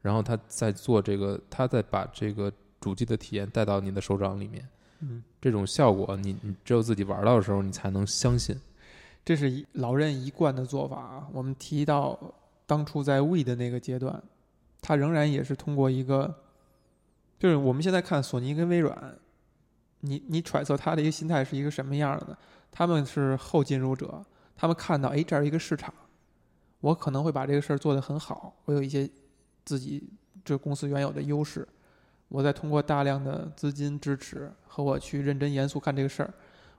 然后他再做这个，他再把这个主机的体验带到你的手掌里面。
嗯。
这种效果，你你只有自己玩到的时候，你才能相信。
这是一老任一贯的做法啊。我们提到当初在 We 的那个阶段，他仍然也是通过一个，就是我们现在看索尼跟微软，你你揣测他的一个心态是一个什么样的呢？他们是后进入者，他们看到，哎，这儿有一个市场，我可能会把这个事儿做得很好，我有一些自己这公司原有的优势，我再通过大量的资金支持和我去认真严肃看这个事儿，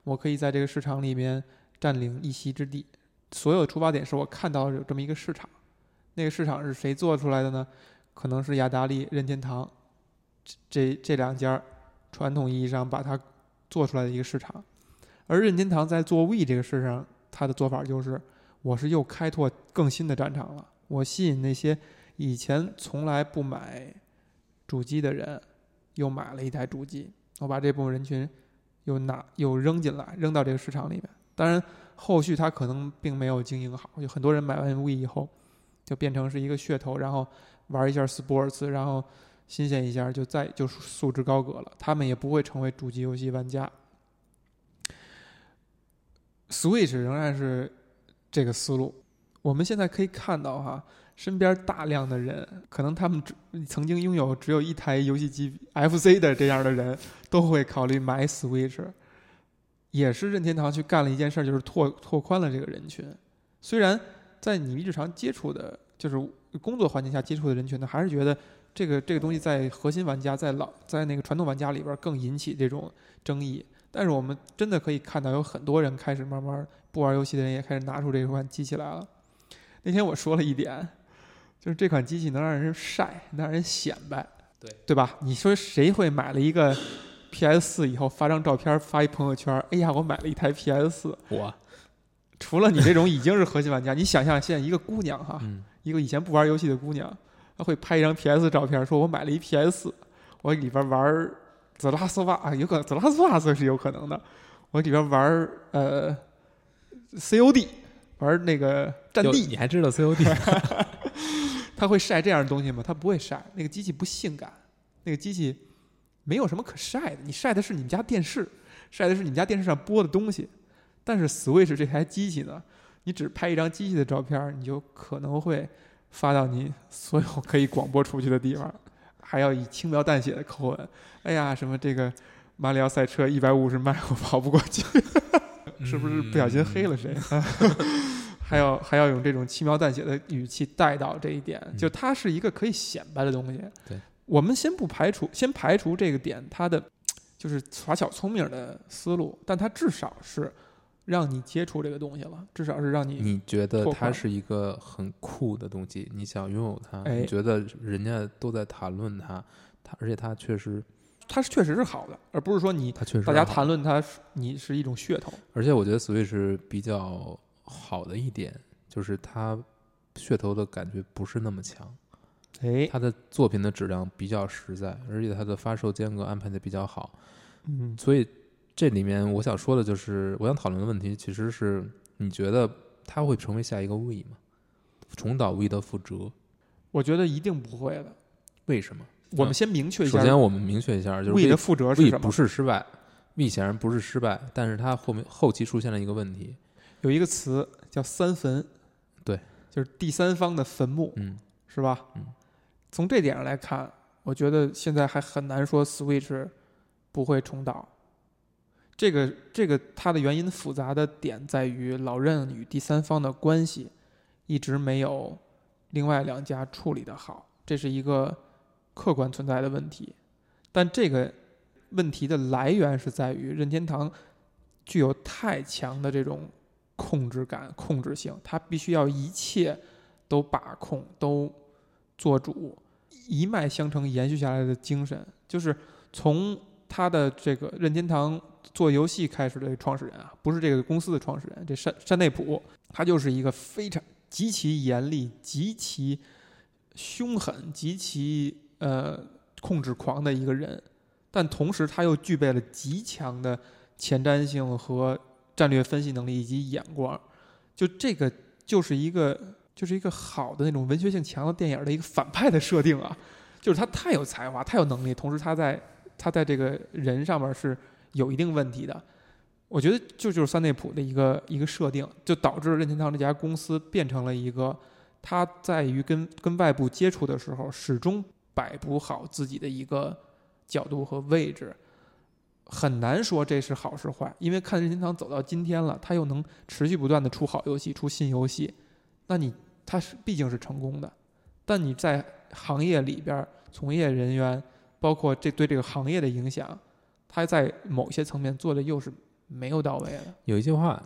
我可以在这个市场里面占领一席之地。所有的出发点是我看到有这么一个市场，那个市场是谁做出来的呢？可能是雅达利、任天堂这这这两家儿传统意义上把它做出来的一个市场，而任天堂在做 We 这个事上，它的做法就是，我是又开拓更新的战场了，我吸引那些以前从来不买主机的人，又买了一台主机，我把这部分人群又拿又扔进来，扔到这个市场里面。当然，后续它可能并没有经营好，有很多人买完 We 以后，就变成是一个噱头，然后玩一下 Sports，然后新鲜一下，就再就素质高阁了。他们也不会成为主机游戏玩家。Switch 仍然是这个思路。我们现在可以看到哈，身边大量的人，可能他们只曾经拥有只有一台游戏机 FC 的这样的人，都会考虑买 Switch。也是任天堂去干了一件事儿，就是拓拓宽了这个人群。虽然在你日常接触的，就是工作环境下接触的人群呢，还是觉得这个这个东西在核心玩家在老在那个传统玩家里边儿更引起这种争议。但是我们真的可以看到，有很多人开始慢慢不玩游戏的人也开始拿出这款机器来了。那天我说了一点，就是这款机器能让人晒，能让人显摆，
对
对吧？你说谁会买了一个 PS 四以后发张照片儿发一朋友圈儿？哎呀，我买了一台 PS 四。
我，
除了你这种已经是核心玩家，你想象现在一个姑娘哈，
嗯，
一个以前不玩游戏的姑娘，她会拍一张 PS 照片，说我买了一 PS，我里边玩《The Last of Us》啊，有可能《The Last of Us》是有可能的，我里边玩呃 COD，玩那个战
有
地，
你还知道 COD？
她会晒这样的东西吗？她不会晒，那个机器不性感，那个机器没有什么可晒的，你晒的是你们家电视，晒的是你们家电视上播的东西，但是 Switch 这台机器呢，你只拍一张机器的照片儿，你就可能会发到你所有可以广播出去的地方，还要以轻描淡写的口吻，哎呀，什么这个马里奥赛车一百五十迈我跑不过去，是不是不小心黑了谁？
嗯
啊 还要还要用这种轻描淡写的语气带到这一点，就它是一个可以显摆的东西。
嗯对，
我们先不排除，先排除这个点，它的就是耍小聪明的思路，但它至少是让你接触这个东西了，至少是让你
嗯你觉得
拓
它
宽
是一个很酷的东西，你想拥有它，
哎
你觉得人家都在谈论它，它而且它确实，
它是确实是好的，而不是说你
它确实
大家
好
谈论它是，你是一种噱头。
而且我觉得 Switch 比较好的一点就是它噱头的感觉不是那么强，
哎，
它的作品的质量比较实在，而且它的发售间隔安排的比较好。
嗯，
所以这里面我想说的就是，我想讨论的问题其实是你觉得它会成为下一个 We 吗？重蹈 We 的覆辙，
我觉得一定不会的。
为什么？
我们先明确一
嗯首
下
先我们明确一下，就是
，we 的覆辙是
We
什
不
么？
是失败，We 显然不是失败，但是它后面后期出现了一个问题，
有一个词叫“三坟”，
对，
就是第三方的坟墓。
嗯，
是吧？
嗯
从这点上来看，我觉得现在还很难说 Switch 不会重蹈。这个这个它的原因复杂的点在于老任与第三方的关系一直没有另外两家处理的好，这是一个客观存在的问题。但这个问题的来源是在于任天堂具有太强的这种控制感、控制性，它必须要一切都把控、都做主，一脉相承延续下来的精神，就是从他的这个任天堂做游戏开始的创始人啊，不是这个公司的创始人，这山山内普，他就是一个非常极其严厉、极其凶狠、极其呃控制狂的一个人，但同时他又具备了极强的前瞻性和战略分析能力以及眼光，就这个就是一个就是一个好的那种文学性强的电影的一个反派的设定啊， 就是他太有才华，太有能力，同时他在他在这个人上面是有一定问题的。我觉得这就是三内普的一个一个设定，就导致任天堂这家公司变成了一个，他在于跟跟外部接触的时候，始终摆不好自己的一个角度和位置。很难说这是好是坏，因为看任天堂走到今天了，它又能持续不断的出好游戏、出新游戏，那你它是毕竟是成功的。但你在行业里边儿，从业人员包括这对这个行业的影响，它在某些层面做的又是没有到位的。
有一句话，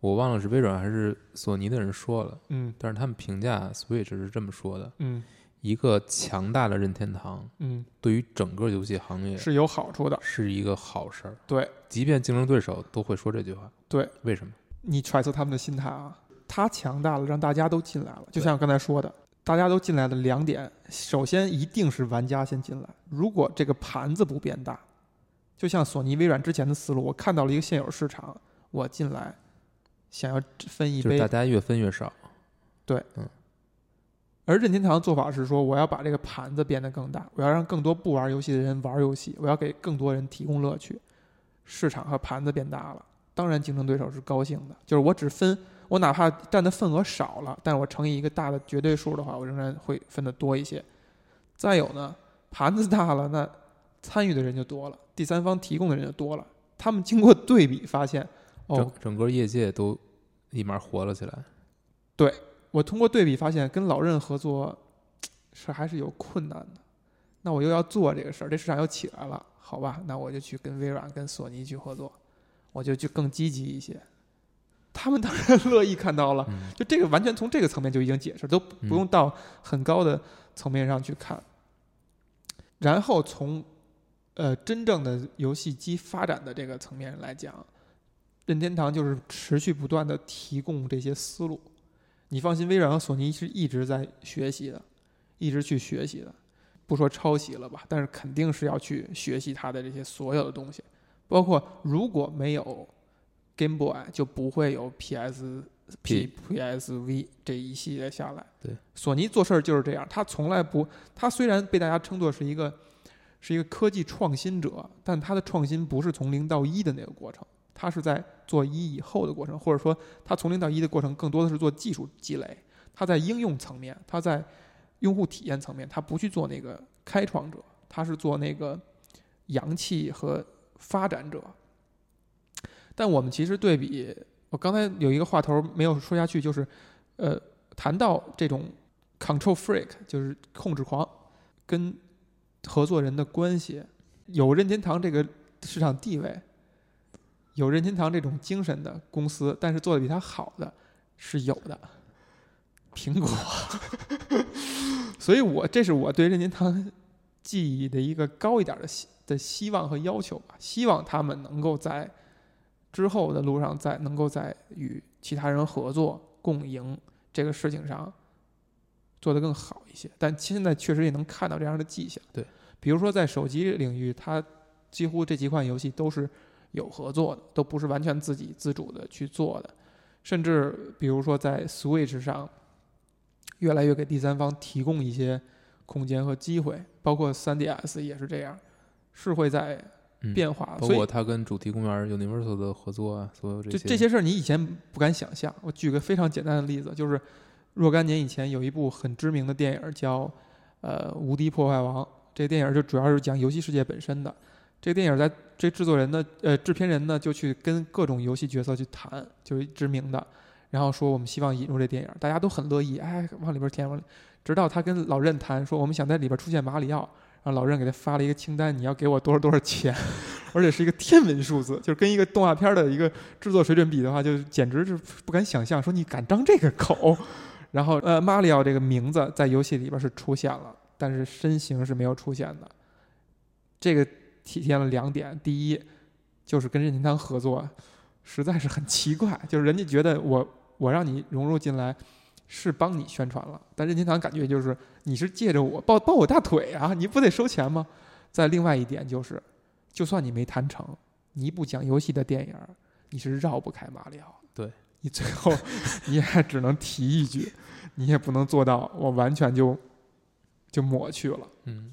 我忘了是微软还是索尼的人说了，
嗯
但是他们评价 Switch 是这么说的：
嗯
一个强大的任天堂
嗯，
对于整个游戏行业
是有好处的。
是一个好事儿。
对，
即便竞争对手都会说这句话。
对，
为什么？
你揣测他们的心态啊，他强大了，让大家都进来了。就像我刚才说的，大家都进来的两点，首先一定是玩家先进来。如果这个盘子不变大，就像索尼、微软之前的思路，我看到了一个现有市场，我进来想要分一
就是
杯
大，家越分越少。
而任天堂的做法是说，我要把这个盘子变得更大，我要让更多不玩游戏的人玩游戏，我要给更多人提供乐趣。市场和盘子变大了，当然竞争对手是高兴的。就是我只分，我哪怕占的份额少了，但是我乘以一个大的绝对数的话，我仍然会分的多一些。再有呢，盘子大了，那参与的人就多了，第三方提供的人就多了。他们经过对比发现，哦
整，整个业界都立马活了起来。
我通过对比发现，跟老任合作是还是有困难的。那我又要做这个事儿，这市场又起来了，好吧？那我就去跟微软、跟索尼去合作，我就去更积极一些。他们当然 乐意看到了，
嗯，
就这个完全从这个层面就已经解释，都不
嗯
不用到很高的层面上去看。然后从呃真正的游戏机发展的这个层面来讲，任天堂就是持续不断的提供这些思路。你放心，微软和索尼是一直在学习的，一直去学习的。不说抄袭了吧，但是肯定是要去学习它的这些所有的东西，包括如果没有 Game Boy，就不会有 PS P
P
PSV 这一系列下来。
对，
索尼做事儿就是这样，他从来不，他虽然被大家称作是一个是一个科技创新者，但他的创新不是从零到一的那个过程，他是在做一以后的过程，或者说他从零到一的过程更多的是做技术积累，他在应用层面，他在用户体验层面，他不去做那个开创者，他是做那个洋气和发展者。但我们其实对比，我刚才有一个话头没有说下去，就是，呃，谈到这种 control freak，就是控制狂，跟合作人的关系，有任天堂这个市场地位，有任天堂这种精神的公司，但是做的比它好的是有的，苹果。 所以我这是我对任天堂记忆的一个高一点的希的希望和要求吧，希望他们能够在之后的路上再能够在与其他人合作共赢这个事情上做得更好一些。但现在确实也能看到这样的迹象。
对，
比如说在手机领域，它几乎这几款游戏都是有合作的，都不是完全自己自主的去做的。甚至比如说在 Switch 上，越来越给第三方提供一些空间和机会，包括 3DS 也是这样，是会在
嗯
变化。
包
所以
括他跟主题公园 Universal 的合作啊，所有这
就
些
这些事儿，你以前不敢想象。我举个非常简单的例子，就是若干年以前有一部很知名的电影叫《呃无敌破坏王》，这个电影就主要是讲游戏世界本身的。这个电影在这制作人呢，呃，制片人呢就去跟各种游戏角色去谈，就是知名的，然后说我们希望引入这电影，大家都很乐意，哎，往里边填，往里。直到他跟老任谈说，我们想在里边出现马里奥，然后老任给他发了一个清单，你要给我多少多少钱， 而且是一个天文数字，就是跟一个动画片的一个制作水准比的话，就是简直是不敢想象，说你敢张这个口。 然后，呃，马里奥这个名字在游戏里边是出现了，但是身形是没有出现的。这个体现了两点：第一，就是跟任天堂合作实在是很奇怪，就是人家觉得我我让你融入进来是帮你宣传了，但任天堂感觉就是你是借着我抱抱我大腿啊，你不得收钱吗？再另外一点就是，就算你没谈成，你一部讲游戏的电影，你是绕不开马里奥。
对
你最后你也只能提一句，你也不能做到我完全就就抹去了。
嗯，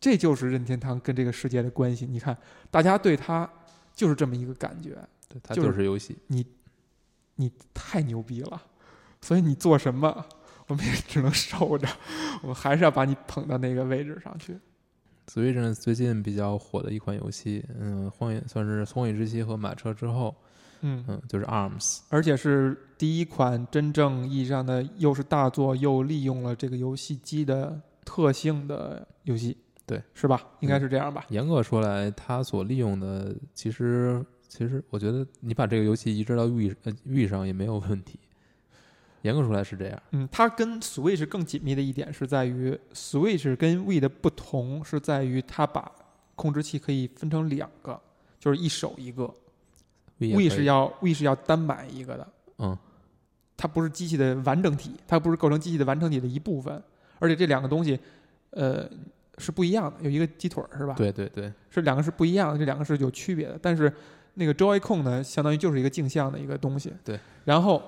这就是任天堂跟这个世界的关系。你看，大家对他就是这么一个感觉，
对，它
就是
就是游戏。
你太牛逼了，所以你做什么，我们也只能受着，我们还是要把你捧到那个位置上去。
Switch 呢最近比较火的一款游戏，嗯，荒野算是《荒野之息》和《马车》之后，
嗯，
嗯，就是 Arms，
而且是第一款真正意义上的又是大作又利用了这个游戏机的特性的游戏，
对，嗯
是吧？应该是这样吧？
严格说来，它所利用的其实其实我觉得你把这个游戏移植到 V 呃 V 上也没有问题，严格说来是这样，
嗯，它跟 Switch 更紧密的一点是在于，Switch 跟 w i i 的不同是在于它把控制器可以分成两个，就是一手一个
V
w i i 是要 w i i 是要单买一个的，
嗯，
它不是机器的完整体，它不是构成机器的完整体的一部分，而且这两个东西，呃，是不一样的，有一个鸡腿儿是吧？
对对对，
是两个是不一样的，这两个是有区别的。但是那个 Joy-Con 呢，相当于就是一个镜像的一个东西。
对。
然后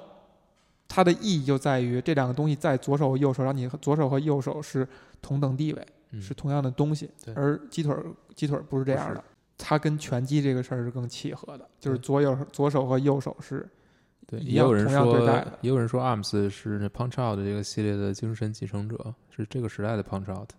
它的意义就在于这两个东西在左手和右手，让你左手和右手是同等地位，
嗯
是同样的东西。
对
而鸡腿儿鸡腿儿不是这样
不
的，它跟拳击这个事儿是更契合的，就是
对
左右左手和右手是
对，
一
也
样
有人
同样对
说
待的，
也有人说 Arms 是那 Punch Out 这个系列的精神继承者，是这个时代的 Punch Out。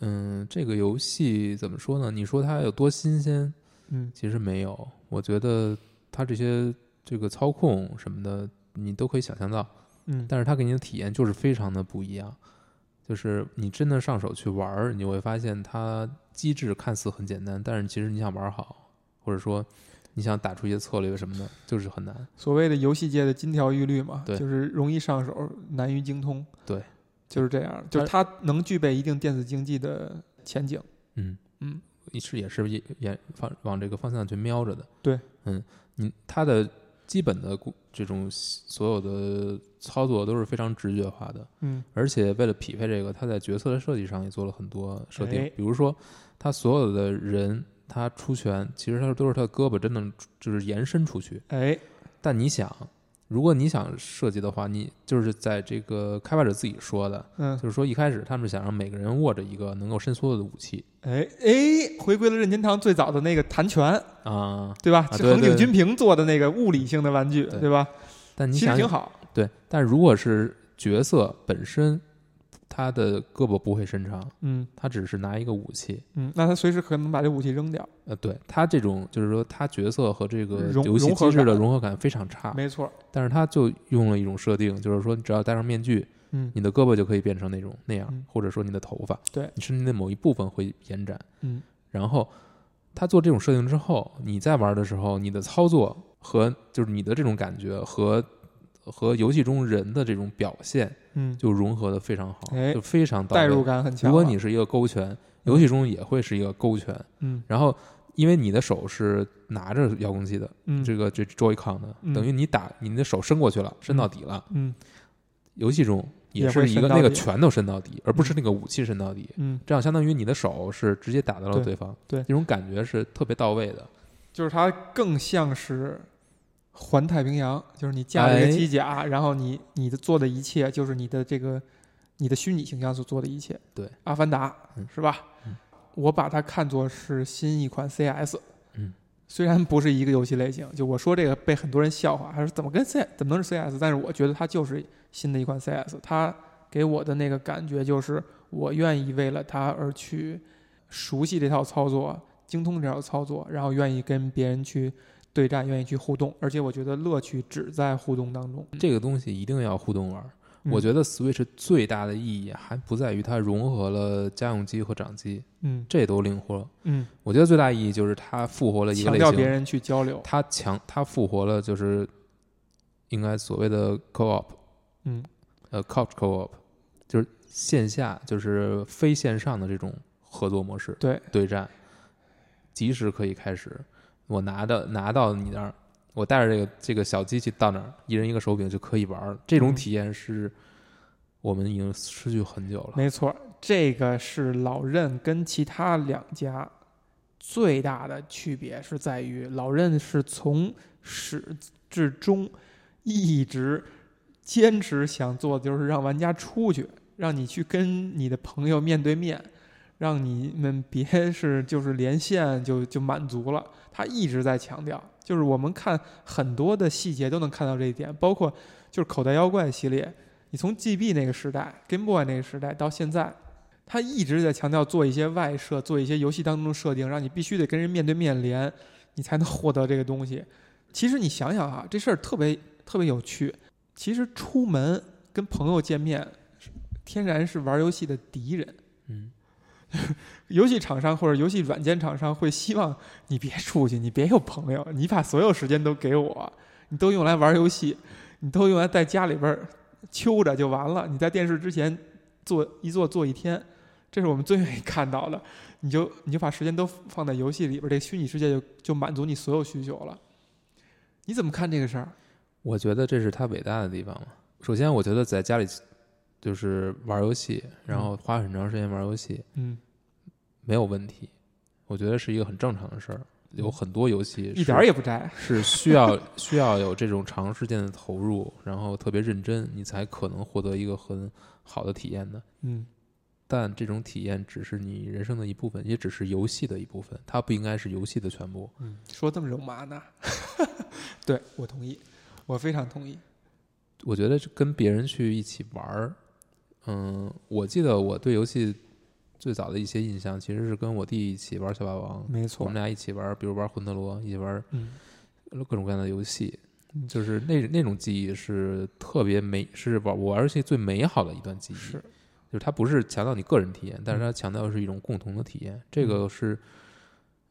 嗯，这个游戏怎么说呢？你说它有多新鲜？
嗯
其实没有，我觉得它这些这个操控什么的，你都可以想象到，
嗯
但是它给你的体验就是非常的不一样。就是你真的上手去玩儿，你会发现它机制看似很简单，但是其实你想玩儿好，或者说你想打出一些策略什么的，就是很难。
所谓的游戏界的金条玉律嘛，
对
就是容易上手，难于精通。
对，
就是这样，就是它能具备一定电子竞技的前景。
嗯
嗯，
你是也是也也方往这个方向去瞄着的。
对，
嗯，你它的基本的固这种所有的操作都是非常直觉化的，
嗯
而且为了匹配这个，它在角色的设计上也做了很多设定，
哎
比如说它所有的人。他出拳，其实他都是他的胳膊真的就是延伸出去。
哎，
但你想，如果你想设计的话，你就是在这个开发者自己说的，
嗯，
就是说一开始他们想让每个人握着一个能够伸缩的武器
哎哎，回归了任天堂最早的那个弹拳，
啊、
对吧？
啊
是
对
横井
对
军平做的那个物理性的玩具，
对
对吧？
但你
其实
想
挺好，
对，但如果是角色本身，他的胳膊不会伸长，
嗯
他只是拿一个武器。
嗯，那他随时可能把这武器扔掉，
呃，对他这种就是说，他角色和这个
融
游戏
融合
机制的
感
融合感非常差，
没错，
但是他就用了一种设定，就是说，你只要戴上面具，
嗯
你的胳膊就可以变成那种那样，
嗯
或者说你的头发，
对
你身体的某一部分会延展。
嗯，
然后他做这种设定之后，你在玩的时候，你的操作和就是你的这种感觉和和游戏中人的这种表现
嗯，
就融合的非常好，
哎
就非常到位
代入。感很强啊。
如果你是一个勾拳，游戏中也会是一个勾拳，
嗯
然后因为你的手是拿着遥控器的，
嗯
这个这 Joy-Con 的，
嗯
等于你打你的手伸过去了，伸到底了。
嗯
游戏中也
也会
是一个
伸到
那个
底
拳头伸到底，而不是那个武器伸到底。
嗯，
这样相当于你的手是直接打到了
对
对方，
对
这种感觉是特别到位的。
就是它更像是。环太平洋就是你架了一
哎
个机甲，然后你你的做的一切就是你的这个你的虚拟形象所做的一切。
对，
阿凡达、
嗯
是吧？
嗯
我把它看作是新一款 CS。
嗯，
虽然不是一个游戏类型，就我说这个被很多人笑话，还是怎么跟 C 怎么能是 CS？但是我觉得它就是新的一款 CS，它给我的那个感觉就是我愿意为了它而去熟悉这套操作，精通这套操作，然后愿意跟别人去对战，愿意去互动，而且我觉得乐趣只在互动当中。
这个东西一定要互动玩儿。
嗯
我觉得 Switch 最大的意义还不在于它融合了家用机和掌机，
嗯
这都灵活。
嗯，
我觉得最大意义就是它复活了一个
强
类
调别
型，
人去交流。
它强，它复活了就是应该所谓的 co-op，
嗯
呃，couch co-op，就是线下就是非线上的这种合作模式，
对
对战，及时可以开始。我拿的拿到你那儿，我带着这个这个小机器到那儿，一人一个手柄就可以玩儿了。这种
嗯
体验是我们已经失去很久了。
没错，这个是老任跟其他两家最大的区别是在于，老任是从始至终一直坚持想做的就是让玩家出去，让你去跟你的朋友面对面。让你们别是就是连线就就满足了，他一直在强调，就是我们看很多的细节都能看到这一点，包括就是口袋妖怪系列，你从 GB 那个时代、Game Boy 那个时代到现在，他一直在强调做一些外设，做一些游戏当中的设定，让你必须得跟人面对面连，你才能获得这个东西。其实你想想啊，这事儿特别特别有趣。其实出门跟朋友见面，天然是玩游戏的敌人。
嗯，
游戏厂商或者游戏软件厂商会希望你别出去，你别有朋友，你把所有时间都给我，你都用来玩游戏，你都用来在家里边儿揪着就完了。你在电视之前坐一坐坐一天，这是我们最愿意看到的。你就你就把时间都放在游戏里边儿，这个虚拟世界就就满足你所有需求了。你怎么看这个事儿？
我觉得这是他伟大的地方嘛。首先，我觉得在家里就是玩游戏，然后花很长时间玩游戏
嗯，
没有问题，我觉得是一个很正常的事儿。有很多游戏
嗯一
是
点儿也不宅。
是需要需要有这种长时间的投入，然后特别认真，你才可能获得一个很好的体验的。
嗯
但这种体验只是你人生的一部分，也只是游戏的一部分，它不应该是游戏的全部。
嗯，说这么肉麻呢？ 对我同意，我非常同意。
我觉得是跟别人去一起玩儿，嗯，我记得我对游戏最早的一些印象，其实是跟我弟一起玩小霸王，
没
我们，俩一起玩儿，比如玩《魂斗罗》，一起玩儿
嗯。
各种各样的游戏
嗯，
就是那那种记忆是特别美，是玩我玩游戏最美好的一段记忆。
是，嗯
就是它不是强调你个人体验，但是它强调的是一种共同的体验。这个是，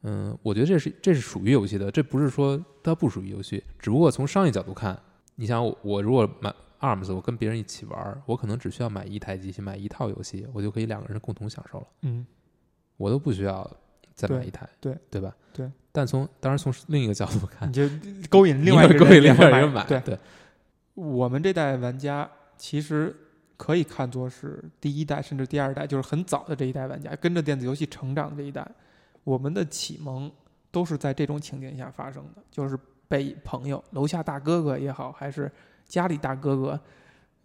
嗯、我觉得这是这是属于游戏的，这不是说它不属于游戏，只不过从商业角度看，你想我我如果买 ARMS，我跟别人一起玩儿，我可能只需要买一台机器，买一套游戏，我就可以两个人共同享受了。
嗯，
我都不需要再买
对
一台，
对
对吧？
对。
但从当然从另一个角度看
你，就勾引另外一
一
个
个人
也
另
会
外人买，
对，
对，
我们这代玩家其实可以看作是第一代甚至第二代，就是很早的这一代玩家，跟着电子游戏成长的这一代，我们的启蒙都是在这种情景下发生的，就是被朋友、楼下大哥哥也好，还是家里大哥哥，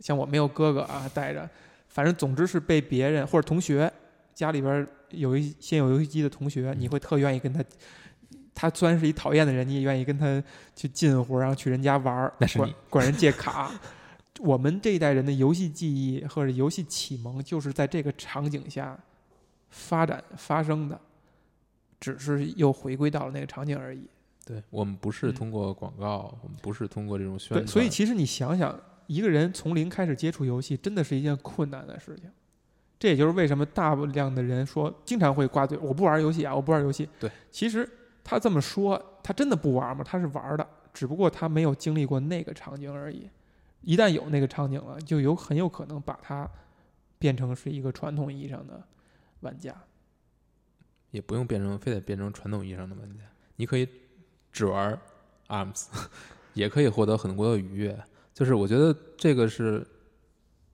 像我没有哥哥啊，带着，反正总之是被别人或者同学家里边有一先有游戏机的同学，你会特愿意跟他。他虽然是一讨厌的人，你也愿意跟他去近乎，然后去人家玩儿，
那是你
管管人借卡。我们这一代人的游戏记忆或者游戏启蒙，就是在这个场景下发展发生的，只是又回归到了那个场景而已。
对我们不是
嗯
通过广告，我们不是通过这种宣
对，
传，
所以其实你想想，一个人从零开始接触游戏，真的是一件困难的事情。这也就是为什么大量的人说，经常会挂嘴“我不玩游戏啊，我不玩游戏”。
对，
其实他这么说，他真的不玩吗？他是玩的，只不过他没有经历过那个场景而已。一旦有那个场景了，就有很有可能把他变成是一个传统意义上的玩家。
也不用变成非得变成传统意义上的玩家，你可以只玩 ARMS，也可以获得很多的愉悦。就是我觉得这个是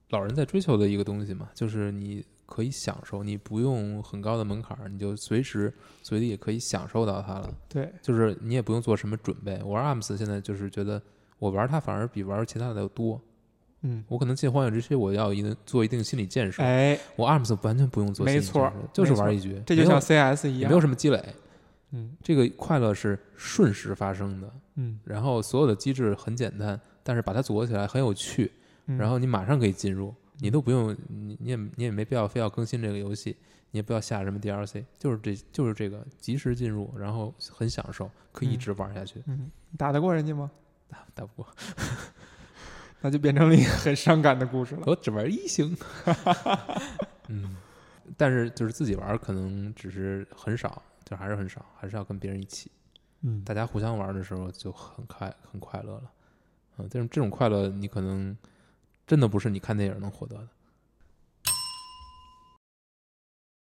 老人在追求的一个东西嘛，就是你可以享受，你不用很高的门槛儿，你就随时随地也可以享受到它了。
对，
就是你也不用做什么准备。我玩 ARMS 现在就是觉得我玩它反而比玩其他的要多，
嗯，
我可能进荒野之息我要一定做一定心理建设，
哎，
我 ARMS 完全不用做心理
没错
建设就是
没错
玩一局，
这就
没
像
有
CS 一
也
样，
没有什么积累。
嗯
这个快乐是瞬时发生的，
嗯，
然后所有的机制很简单，但是把它组合起来很有趣，
嗯
然后你马上可以进入，你都不用，你你也你也没必要非要更新这个游戏，你也不要下什么 DLC，就是这就是这个及时进入，然后很享受，可以一直玩下去，
嗯，你打得过人家吗？
打打不过，
那就变成了一个很伤感的故事了。
我只玩一星， 嗯，但是就是自己玩可能只是很少，就还是很少，还是要跟别人一起。
嗯，
大家互相玩的时候就很快很快乐了，嗯，但是这种快乐你可能真的不是你看电影能获得的，